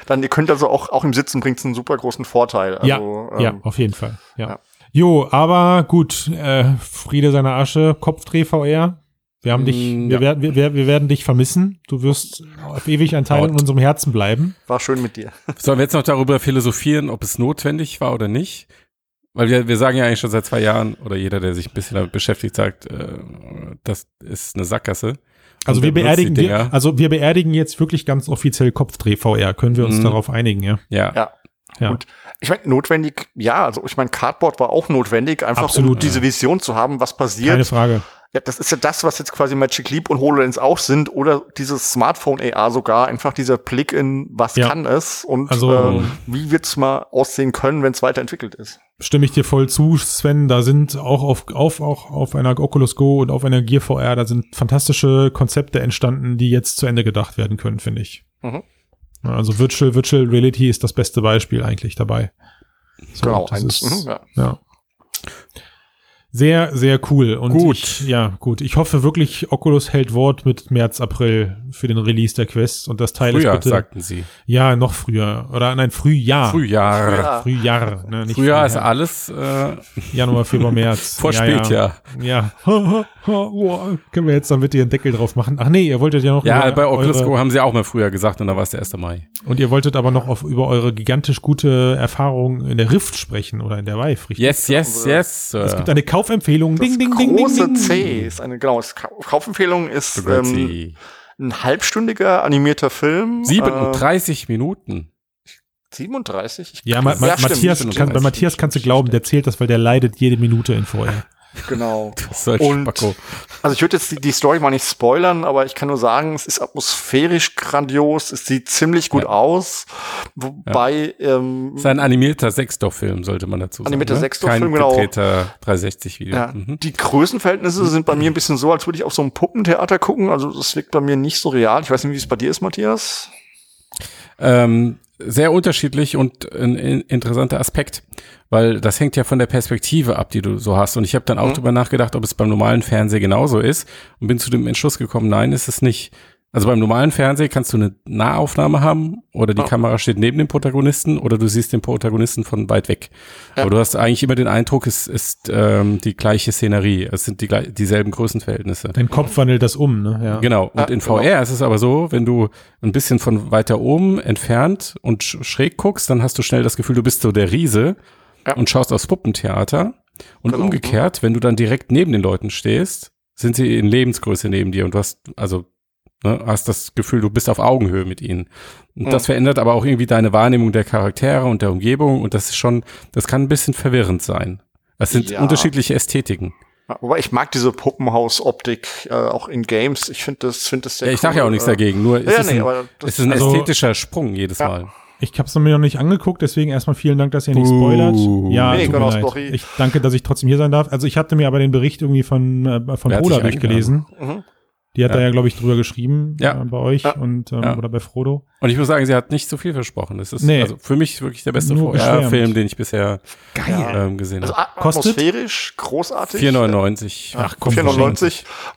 Speaker 4: dann ihr könnt also auch, auch im Sitzen bringt es einen super großen Vorteil. Also,
Speaker 2: ja,
Speaker 4: ähm,
Speaker 2: ja, auf jeden Fall. Ja.
Speaker 4: ja.
Speaker 2: Jo, aber gut. Äh, Friede seiner Asche, Kopfdreh VR. Wir haben dich,
Speaker 1: Mm,
Speaker 2: wir
Speaker 1: ja.
Speaker 2: werden, wir, wir wir werden dich vermissen. Du wirst auf ewig ein Teil in
Speaker 1: Gott.
Speaker 2: unserem Herzen bleiben.
Speaker 4: War schön mit dir.
Speaker 1: Sollen wir jetzt noch darüber philosophieren, ob es notwendig war oder nicht? Weil wir, wir sagen ja eigentlich schon seit zwei Jahren, oder jeder, der sich ein bisschen damit beschäftigt, sagt, äh, das ist eine Sackgasse.
Speaker 2: Also
Speaker 1: Und wer
Speaker 2: wir
Speaker 1: benutzt die
Speaker 2: beerdigen, wir,
Speaker 1: Dinger?
Speaker 2: also wir beerdigen jetzt wirklich ganz offiziell Kopfdreh VR. Können wir uns
Speaker 1: Mhm.
Speaker 2: darauf einigen, ja?
Speaker 1: Ja.
Speaker 4: Ja.
Speaker 2: Ja.
Speaker 4: Und ich meine, notwendig, ja, also ich meine, Cardboard war auch notwendig, einfach um
Speaker 2: Absolut.
Speaker 4: diese Vision zu haben, was passiert.
Speaker 2: Keine Frage.
Speaker 4: Ja, das ist ja das, was jetzt quasi Magic Leap und HoloLens auch sind oder dieses Smartphone AR sogar, einfach dieser Blick in, was
Speaker 2: Ja.
Speaker 4: kann es und
Speaker 2: Also-
Speaker 4: ähm, wie wird's mal aussehen können, wenn es weiterentwickelt ist.
Speaker 2: Stimme ich dir voll zu, Sven. Da sind auch auf, auf, auch auf einer Oculus Go und auf einer Gear VR, da sind fantastische Konzepte entstanden, die jetzt zu Ende gedacht werden können, finde ich.
Speaker 4: Mhm.
Speaker 2: Also Virtual, Virtual Reality ist das beste Beispiel eigentlich dabei. So, Das
Speaker 4: eins.
Speaker 2: ist,
Speaker 4: Mhm, ja.
Speaker 2: Ja. Sehr, sehr cool. Und
Speaker 1: Gut.
Speaker 2: Ich, ja, gut. Ich hoffe wirklich, Oculus hält Wort mit März, April für den Release der Quest und das Teil
Speaker 1: Frühjahr,
Speaker 2: ist bitte.
Speaker 1: sagten sie.
Speaker 2: Ja, noch früher. Oder nein, Frühjahr.
Speaker 1: Frühjahr.
Speaker 4: Ja.
Speaker 2: Frühjahr. Ne, nicht
Speaker 1: Frühjahr ist
Speaker 2: Frühjahr.
Speaker 1: alles äh,
Speaker 2: Januar, Februar, März.
Speaker 1: <laughs> vor Spätjahr.
Speaker 2: Ja. ja. <laughs> Wow, Können wir jetzt damit den Deckel drauf machen? Ach nee, ihr wolltet ja noch.
Speaker 1: Ja,
Speaker 2: über
Speaker 1: bei Oculus
Speaker 2: eure-
Speaker 1: Go haben sie auch mal früher gesagt und da war es der 1. Mai.
Speaker 2: Und ihr wolltet aber noch auf, über eure gigantisch gute Erfahrung in der Rift sprechen oder in der Vive, richtig?
Speaker 1: Yes, yes, yes. Sir.
Speaker 2: Es gibt eine Kaufempfehlung.
Speaker 4: Das
Speaker 2: ding, ding, ding, ding,
Speaker 4: große
Speaker 2: ding.
Speaker 4: C ist eine, genau, das Ka- Kaufempfehlung ist ähm,
Speaker 1: Grazie.
Speaker 4: ein halbstündiger animierter Film.
Speaker 1: 37 Minuten.
Speaker 4: Äh, 37? Ich-
Speaker 2: Ja, Ma Ma
Speaker 4: Ja, stimmt,
Speaker 2: Matthias,
Speaker 4: stimmt,
Speaker 2: kann, bei
Speaker 4: stimmt,
Speaker 2: Matthias
Speaker 4: stimmt,
Speaker 2: kannst du
Speaker 4: stimmt,
Speaker 2: glauben, der zählt das, weil der leidet jede Minute in vorher.
Speaker 4: Genau.
Speaker 1: So ein
Speaker 4: Und-
Speaker 1: Spacko.
Speaker 4: Also ich würde jetzt die, die Story mal nicht spoilern, aber ich kann nur sagen, es ist atmosphärisch grandios, es sieht ziemlich gut
Speaker 1: Ja.
Speaker 4: aus, wobei ähm,
Speaker 1: Ist ein animierter Sechsdorf-Film, sollte man dazu sagen.
Speaker 4: Animierter
Speaker 1: ne?
Speaker 4: Sechsdorf-Film,
Speaker 1: Kein
Speaker 4: genau.
Speaker 1: gedrehter 360-Video.
Speaker 4: ja,
Speaker 1: Mhm.
Speaker 4: die Größenverhältnisse sind bei mir ein bisschen so, als würde ich auf so einem Puppentheater gucken, also das wirkt bei mir nicht so real. Ich weiß nicht, wie es bei dir ist, Matthias.
Speaker 1: Ähm, sehr unterschiedlich und ein in- interessanter Aspekt, weil das hängt ja von der Perspektive ab, die du so hast. Und ich habe dann auch drüber nachgedacht, ob es beim normalen Fernseher genauso ist und bin zu dem Entschluss gekommen, nein, ist es nicht. Also beim normalen Fernseher kannst du eine Nahaufnahme haben oder die
Speaker 4: Ah.
Speaker 1: Kamera steht neben dem Protagonisten oder du siehst den Protagonisten von weit weg.
Speaker 4: Ja.
Speaker 1: Aber du hast eigentlich immer den Eindruck, es ist ähm, die gleiche Szenerie, es sind die, glei- dieselben Größenverhältnisse.
Speaker 2: Dein Kopf wandelt das um, ne? Ja.
Speaker 1: Genau. Und
Speaker 4: Ja,
Speaker 1: in
Speaker 4: genau.
Speaker 1: VR ist es aber so, wenn du ein bisschen von weiter oben entfernt und sch schräg guckst, dann hast du schnell das Gefühl, du bist so der Riese
Speaker 4: Ja.
Speaker 1: und schaust aufs Puppentheater. Und
Speaker 4: Genau.
Speaker 1: umgekehrt, wenn du dann direkt neben den Leuten stehst, sind sie in Lebensgröße neben dir und du hast, also, ne, hast das Gefühl, du bist auf Augenhöhe mit ihnen. Und
Speaker 4: Mhm.
Speaker 1: das verändert aber auch irgendwie deine Wahrnehmung der Charaktere und der Umgebung und das ist schon, das kann ein bisschen verwirrend sein. Es sind
Speaker 4: Ja.
Speaker 1: unterschiedliche Ästhetiken.
Speaker 4: Ja, Wobei ich mag diese Puppenhaus-Optik äh, auch in Games. Ich finde das, finde das sehr
Speaker 1: Ja, ich sage ja auch nichts dagegen, nur es
Speaker 4: ja,
Speaker 1: ist
Speaker 4: nee, aber
Speaker 1: ein,
Speaker 4: das-
Speaker 1: es ist ein
Speaker 2: also-
Speaker 1: ästhetischer Sprung jedes
Speaker 4: Ja.
Speaker 1: Mal.
Speaker 2: Ich habe es mir noch nicht angeguckt, deswegen erstmal vielen Dank, dass ihr nicht
Speaker 1: Buh.
Speaker 2: spoilert. Ja,
Speaker 4: Nee,
Speaker 2: tut mir
Speaker 4: genau,
Speaker 2: leid.
Speaker 4: sorry.
Speaker 2: ich danke, dass ich trotzdem hier sein darf. Also ich hatte mir aber den Bericht irgendwie von äh, von
Speaker 1: Wer hat
Speaker 2: Pola
Speaker 1: sich
Speaker 2: durchgelesen.
Speaker 4: Mhm.
Speaker 2: Die hat
Speaker 1: Ja.
Speaker 2: da ja, glaube ich, drüber geschrieben
Speaker 1: Ja.
Speaker 2: äh, bei euch
Speaker 4: Ja.
Speaker 2: und ähm,
Speaker 1: Ja.
Speaker 2: oder bei Frodo.
Speaker 1: Und ich muss sagen, sie hat nicht zu viel versprochen. Es ist
Speaker 2: Nee.
Speaker 1: also für mich wirklich der beste
Speaker 2: Nur
Speaker 1: VR-Film,
Speaker 2: geschwärmt.
Speaker 1: den ich bisher
Speaker 4: Geil.
Speaker 1: ähm, gesehen
Speaker 4: Also
Speaker 1: habe.
Speaker 4: a-
Speaker 2: Kostet?
Speaker 4: atmosphärisch, großartig.
Speaker 1: 4,99.
Speaker 4: Ach, komm,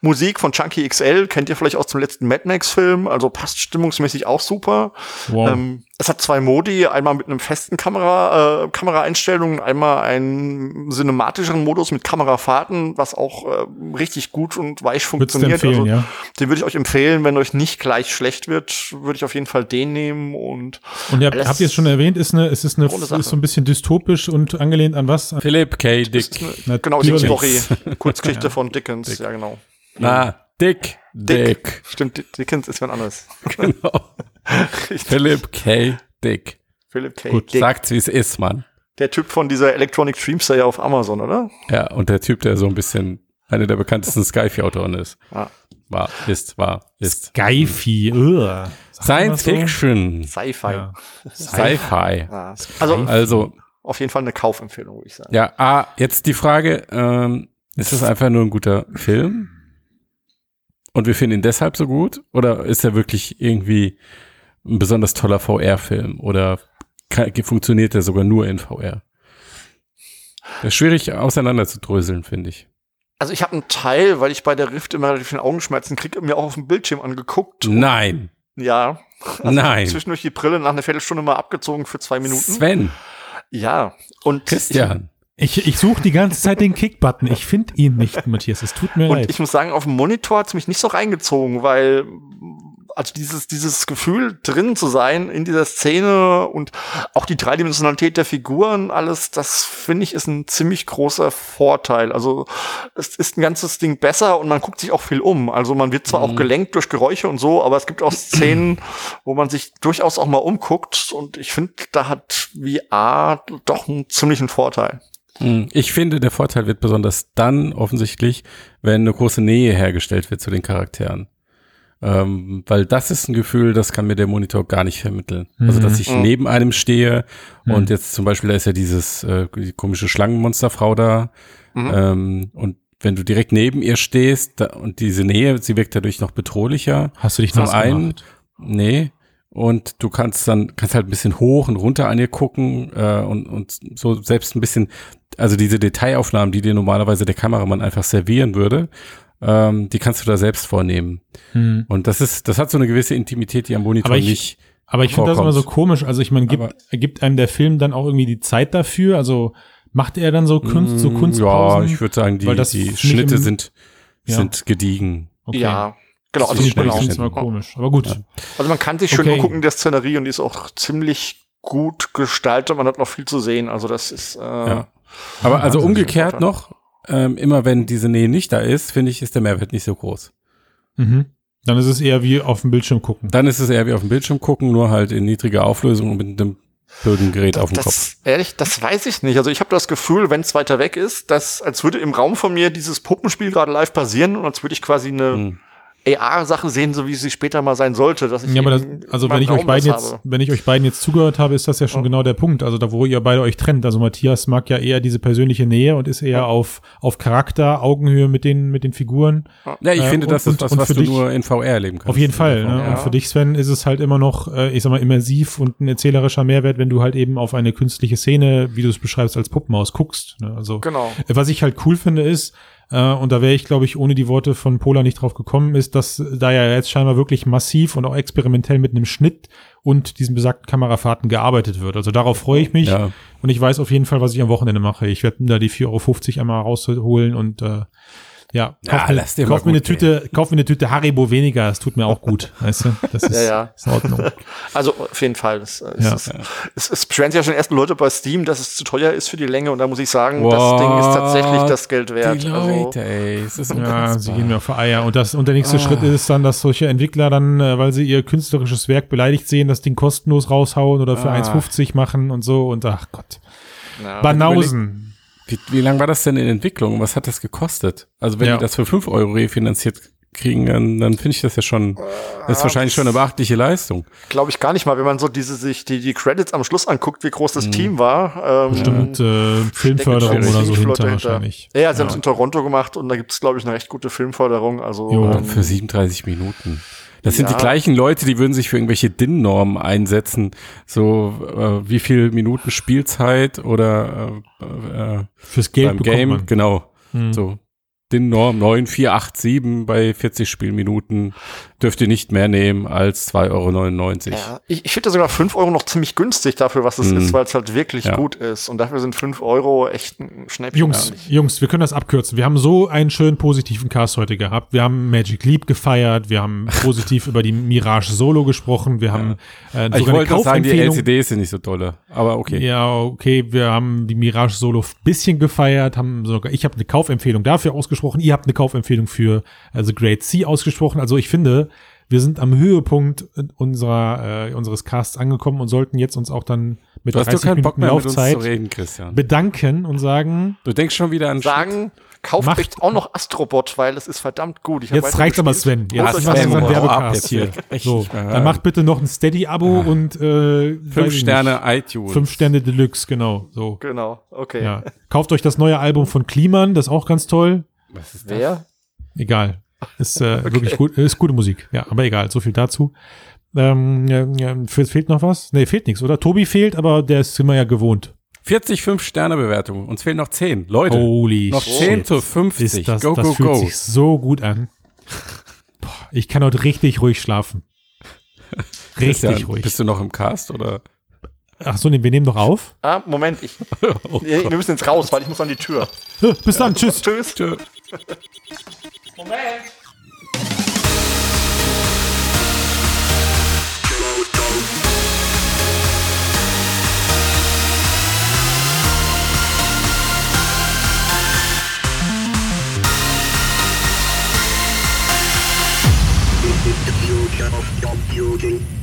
Speaker 4: Musik von Chunky XL kennt ihr vielleicht aus dem letzten Mad Max-Film, also passt stimmungsmäßig auch super.
Speaker 1: Oh.
Speaker 2: Wow.
Speaker 4: Ähm, es hat zwei Modi, einmal mit einem festen Kamera, äh, Kameraeinstellung, einmal einen cinematischeren Modus mit Kamerafahrten, was auch äh, richtig gut und weich
Speaker 2: Würdest du
Speaker 4: funktioniert.
Speaker 2: empfehlen,
Speaker 4: also,
Speaker 2: ja.
Speaker 4: Den würde ich euch empfehlen, wenn euch nicht gleich schlecht wird, würde ich auf jeden Fall den nehmen und
Speaker 2: Und ihr habt,
Speaker 4: alles-
Speaker 2: habt ihr es schon erwähnt, ist eine, es ist eine,
Speaker 4: Tolle Sache.
Speaker 2: ist so ein bisschen dystopisch und angelehnt an was? An-
Speaker 1: Philipp K.
Speaker 4: ist
Speaker 1: Dick.
Speaker 4: eine,
Speaker 2: Natürlich.
Speaker 4: genau die Story, <laughs> Kurzgeschichte von Dickens, ja genau.
Speaker 1: Na, Dick.
Speaker 4: Dick. <laughs>
Speaker 1: Dick.
Speaker 4: Stimmt, Di- Dickens ist jemand anderes.
Speaker 1: Genau.
Speaker 4: Richtig. <laughs>
Speaker 1: Philipp K. Dick.
Speaker 4: Philip K.
Speaker 2: Gut,
Speaker 4: Dick.
Speaker 1: Sagt's, wie es ist, Mann.
Speaker 4: Der Typ von dieser Electronic Dreamslayer auf Amazon, oder?
Speaker 1: Ja, und der Typ, der so ein bisschen einer der bekanntesten Skyfi-Autoren ist.
Speaker 4: Ja.
Speaker 1: War, ist, war, ist.
Speaker 2: Geifi. Ugh.
Speaker 1: Science
Speaker 2: so?
Speaker 1: Fiction,
Speaker 4: Sci-Fi.
Speaker 2: Ja.
Speaker 1: Sci-Fi.
Speaker 4: Ja. Also
Speaker 1: Also,
Speaker 4: auf jeden Fall eine Kaufempfehlung, würde ich sagen.
Speaker 1: ja, ah, jetzt die Frage, ähm, ist es einfach nur ein guter Film? Und wir finden ihn deshalb so gut? Oder ist er wirklich irgendwie ein besonders toller VR-Film? Oder kann, funktioniert er sogar nur in VR? Das ist schwierig auseinanderzudröseln, finde ich.
Speaker 4: Also ich habe einen Teil, weil ich bei der Rift immer relativ viel Augenschmerzen kriege, mir auch auf dem Bildschirm angeguckt.
Speaker 1: Nein,
Speaker 4: Ja.
Speaker 1: Nein.
Speaker 4: Zwischendurch die Brille nach einer Viertelstunde mal abgezogen für zwei Minuten.
Speaker 1: Sven,
Speaker 4: Ja. Und
Speaker 1: Christian.
Speaker 2: Ich, ich suche die ganze Zeit den Kick-Button. Ich finde ihn nicht, Matthias. Es tut mir
Speaker 4: Und
Speaker 2: leid.
Speaker 4: ich muss sagen, auf dem Monitor hat's mich nicht so reingezogen, weil also dieses, dieses Gefühl drin zu sein in dieser Szene und auch die Dreidimensionalität der Figuren, alles, das finde ich ist ein ziemlich großer Vorteil. Also es ist ein ganzes Ding besser und man guckt sich auch viel um. Also man wird zwar
Speaker 2: Mhm.
Speaker 4: auch gelenkt durch Geräusche und so, aber es
Speaker 2: <clears throat>
Speaker 4: gibt auch Szenen, wo man sich durchaus auch mal umguckt und ich finde, da hat VR doch einen ziemlichen Vorteil. Mhm.
Speaker 1: Hm, Ich finde, der Vorteil wird besonders dann offensichtlich, wenn eine große Nähe hergestellt wird zu den Charakteren. Ähm, weil das ist ein Gefühl, das kann mir der Monitor gar nicht vermitteln. Also, dass ich
Speaker 4: Mhm.
Speaker 1: neben einem stehe und
Speaker 2: Mhm.
Speaker 1: jetzt zum Beispiel, da ist ja dieses äh, die komische Schlangenmonsterfrau da.
Speaker 4: Mhm.
Speaker 1: Ähm, und wenn du direkt neben ihr stehst da, und diese Nähe, sie wirkt dadurch noch bedrohlicher.
Speaker 2: Hast du dich
Speaker 1: Zum
Speaker 2: nass gemacht?
Speaker 1: einen- Nee. Und du kannst dann, kannst halt ein bisschen hoch und runter an ihr gucken äh, und, und so selbst ein bisschen, also diese Detailaufnahmen, die dir normalerweise der Kameramann einfach servieren würde, ähm, die kannst du da selbst vornehmen.
Speaker 2: Hm.
Speaker 1: Und das ist, das hat so eine gewisse Intimität, die am Monitor
Speaker 2: Aber ich-
Speaker 1: nicht.
Speaker 2: Aber ich finde das immer
Speaker 1: vorkommt.
Speaker 2: so komisch. Also ich meine,
Speaker 1: Aber-
Speaker 2: gibt, gibt einem der Film dann auch irgendwie die Zeit dafür? Also macht er dann so Kunst, so
Speaker 1: Mm,
Speaker 2: Kunstpausen?
Speaker 1: Ja, ich würde sagen, die,
Speaker 2: weil das
Speaker 1: die
Speaker 2: nicht
Speaker 1: Schnitte
Speaker 2: im-
Speaker 1: sind,
Speaker 2: Ja.
Speaker 1: sind gediegen.
Speaker 2: Okay.
Speaker 4: Ja. Genau,
Speaker 2: Das
Speaker 1: also
Speaker 2: finde ich
Speaker 1: schnell
Speaker 2: genau.
Speaker 1: geschnitten.
Speaker 2: immer komisch. Aber gut.
Speaker 4: Also man kann sich schön
Speaker 2: Okay.
Speaker 4: angucken, der Szenerie, und die ist auch ziemlich gut gestaltet. Man hat noch viel zu sehen. Also das ist äh,
Speaker 1: Ja. Aber also
Speaker 4: Wahnsinn,
Speaker 1: umgekehrt
Speaker 4: Vorteil.
Speaker 1: noch, ähm, immer wenn diese Nähe nicht da ist, finde ich, ist der Mehrwert nicht so groß.
Speaker 2: Mhm. Dann ist es eher wie auf dem Bildschirm gucken.
Speaker 1: Dann ist es eher wie auf dem Bildschirm gucken, nur halt in niedriger Auflösung und mit einem blöden Gerät auf dem Kopf.
Speaker 4: das, ehrlich, das weiß ich nicht. Also ich habe das Gefühl, wenn es weiter weg ist, dass als würde im Raum von mir dieses Puppenspiel gerade live passieren und als würde ich quasi eine
Speaker 1: Hm.
Speaker 4: AR-Sache sehen, so wie sie später mal sein sollte. Dass ich
Speaker 2: Ja, aber das,
Speaker 4: eben
Speaker 2: also
Speaker 4: in
Speaker 2: wenn
Speaker 4: meinem
Speaker 2: ich
Speaker 4: Raum
Speaker 2: euch beiden
Speaker 4: das
Speaker 2: jetzt,
Speaker 4: habe.
Speaker 2: wenn ich euch beiden jetzt zugehört habe, ist das ja schon
Speaker 4: Ja.
Speaker 2: genau der Punkt. Also da, wo ihr beide euch trennt. Also Matthias mag ja eher diese persönliche Nähe und ist eher auf, auf Charakter, Augenhöhe mit den, mit den Figuren.
Speaker 1: Ja, ich
Speaker 2: Äh,
Speaker 1: finde,
Speaker 2: und-
Speaker 1: das ist
Speaker 2: und-
Speaker 1: was,
Speaker 2: und
Speaker 1: was
Speaker 2: für
Speaker 1: du
Speaker 2: dich-
Speaker 1: nur in VR erleben kannst.
Speaker 2: Auf jeden Fall. Ne?
Speaker 1: Ja.
Speaker 2: Und
Speaker 4: Ja.
Speaker 2: für dich, Sven, ist es halt immer noch, äh, ich sag mal, immersiv und ein erzählerischer Mehrwert, wenn du halt eben auf eine künstliche Szene, wie du es beschreibst, als Puppenhaus guckst. Ne? Also
Speaker 4: Genau.
Speaker 2: äh, was ich halt cool finde ist, äh, und da wäre ich, glaube ich, ohne die Worte von Pola nicht drauf gekommen, ist, dass da ja jetzt scheinbar wirklich massiv und auch experimentell mit einem Schnitt und diesen besagten Kamerafahrten gearbeitet wird. Also darauf freue ich mich
Speaker 1: Ja.
Speaker 2: und ich weiß auf jeden Fall, was ich am Wochenende mache. Ich werde da die 4,50 Euro einmal rausholen und äh, ja,
Speaker 1: Ja,
Speaker 2: kauf, mir-
Speaker 1: lass dir mal
Speaker 2: kauf mir eine
Speaker 1: gut
Speaker 2: Tüte, kauf mir eine Tüte Haribo weniger, es tut mir auch <laughs> gut, weißt du? Das ist,
Speaker 4: Ja, ja.
Speaker 2: ist in Ordnung.
Speaker 4: Also auf jeden Fall. Das, äh,
Speaker 2: Ja.
Speaker 4: es, ist, es, es beschweren sich ja schon erste Leute bei Steam, dass es zu teuer ist für die Länge und da muss ich sagen,
Speaker 1: What?
Speaker 4: das Ding ist tatsächlich das Geld wert.
Speaker 1: Die
Speaker 4: Also-
Speaker 1: Leute, ey, es ist
Speaker 2: Ja,
Speaker 1: unfassbar.
Speaker 2: sie gehen mir auf die Eier. Und, das, und der nächste
Speaker 1: Ah.
Speaker 2: Schritt ist dann, dass solche Entwickler dann, äh, weil sie ihr künstlerisches Werk beleidigt sehen, das Ding kostenlos raushauen oder für
Speaker 1: Ah.
Speaker 2: 1,50 machen und so. Und ach Gott.
Speaker 4: Ja.
Speaker 2: Banausen.
Speaker 1: Wie, wie lange war das denn in Entwicklung? Was hat das gekostet? Also wenn
Speaker 2: Ja.
Speaker 1: die das für 5 Euro refinanziert kriegen, dann, dann finde ich das ja schon, das ist wahrscheinlich schon eine beachtliche Leistung.
Speaker 4: Glaube ich gar nicht mal, wenn man so diese sich die, die Credits am Schluss anguckt, wie groß
Speaker 2: Mhm.
Speaker 4: das Team war. Ähm,
Speaker 2: Bestimmt äh, Filmförderung
Speaker 1: schon
Speaker 2: oder so
Speaker 4: richtig
Speaker 2: hinter
Speaker 4: Flotte hinter.
Speaker 2: wahrscheinlich.
Speaker 4: Ja, sie haben es in Toronto gemacht und da gibt es, glaube ich, eine recht gute Filmförderung. Also
Speaker 2: Jo.
Speaker 4: ähm,
Speaker 1: Und für 37 Minuten. Das sind
Speaker 4: Ja.
Speaker 1: die gleichen Leute, die würden sich für irgendwelche DIN-Normen einsetzen. So äh, wie viel Minuten Spielzeit oder äh, äh,
Speaker 2: Fürs Geld
Speaker 1: beim
Speaker 2: bekommt
Speaker 1: Game,
Speaker 2: man.
Speaker 1: genau.
Speaker 2: Hm.
Speaker 1: So. DIN Norm 9487 bei 40 Spielminuten dürft ihr nicht mehr nehmen als 2,99 Euro. Also
Speaker 4: Ja, ich, ich finde sogar 5 Euro noch ziemlich günstig dafür, was es
Speaker 1: Mhm.
Speaker 4: ist, weil es halt wirklich
Speaker 1: Ja.
Speaker 4: gut ist. Und dafür sind 5 Euro echt ein Schnäppchen.
Speaker 2: Jungs,
Speaker 4: eigentlich.
Speaker 2: Jungs, wir können das abkürzen. Wir haben so einen schönen positiven Cast heute gehabt. Wir haben Magic Leap gefeiert, wir
Speaker 1: <laughs>
Speaker 2: haben positiv über die Mirage Solo gesprochen, wir haben äh,
Speaker 1: Ich
Speaker 2: sogar eine
Speaker 1: wollte auch sagen, die
Speaker 2: Kaufempfehlung.
Speaker 1: LCDs sind nicht so dolle, aber okay.
Speaker 2: Ja, okay, wir haben die Mirage Solo ein bisschen gefeiert, haben sogar, ich habe eine Kaufempfehlung dafür ausgesprochen, ihr habt eine Kaufempfehlung für äh, The Great Sea ausgesprochen. Also ich finde, wir sind am Höhepunkt unserer, äh, unseres Casts angekommen und sollten jetzt uns auch dann mit
Speaker 1: Du hast doch
Speaker 2: 30
Speaker 1: keinen
Speaker 2: Minuten
Speaker 1: Bock mehr mit uns
Speaker 2: Laufzeit
Speaker 1: zu reden, Christian.
Speaker 2: bedanken und sagen,
Speaker 1: Du denkst schon wieder an
Speaker 4: sagen, kauft
Speaker 2: Macht-
Speaker 4: euch auch noch Astrobot, weil es ist verdammt gut. Ich hab
Speaker 2: Jetzt
Speaker 4: weiter
Speaker 2: reicht's aber, Sven.
Speaker 4: gespielt. Holt
Speaker 2: Jetzt
Speaker 1: Ach,
Speaker 4: euch
Speaker 2: ist langsam
Speaker 1: Sven,
Speaker 2: ein
Speaker 1: hau
Speaker 4: Astrobot.
Speaker 1: ab
Speaker 2: Werbecast
Speaker 1: jetzt <laughs>
Speaker 2: hier.
Speaker 1: hier. Echt
Speaker 2: So,
Speaker 1: nicht mehr.
Speaker 2: dann macht bitte noch ein Steady-Abo und äh, weiß
Speaker 1: Fünf
Speaker 2: ich
Speaker 1: Sterne
Speaker 2: nicht.
Speaker 1: iTunes.
Speaker 2: Fünf Sterne Deluxe, genau. So.
Speaker 4: Genau, okay.
Speaker 2: Ja. Kauft euch das neue Album von Kliman, das ist auch ganz toll.
Speaker 1: Was ist das?
Speaker 4: Wer?
Speaker 2: Egal. Ist
Speaker 4: <laughs>
Speaker 2: äh, wirklich gut, ist gute Musik. Ja, aber egal, so viel dazu. Ähm, ja, ja, fe- fehlt noch was? Nee, fehlt nichts, oder? Tobi fehlt, aber der ist immer ja gewohnt.
Speaker 1: 40 5 Sterne Bewertungen. Uns fehlen noch 10. Leute,
Speaker 2: Holy
Speaker 1: noch 10 zu 50.
Speaker 2: Ist das,
Speaker 1: go,
Speaker 2: das
Speaker 1: go,
Speaker 2: fühlt
Speaker 1: go.
Speaker 2: sich so gut an. Boah, ich kann heute richtig ruhig schlafen.
Speaker 1: <laughs> Christian,
Speaker 2: Richtig ruhig.
Speaker 1: Bist du noch im Cast oder?
Speaker 2: Ach so, nee, wir nehmen doch auf.
Speaker 4: Ah, Moment,
Speaker 2: <laughs>
Speaker 4: ich,
Speaker 2: Oh
Speaker 4: nee, wir müssen jetzt raus, weil ich muss an die Tür.
Speaker 2: Äh, Bis dann, tschüss.
Speaker 4: Tschüss.
Speaker 1: Tschö.
Speaker 5: This is the future of computing.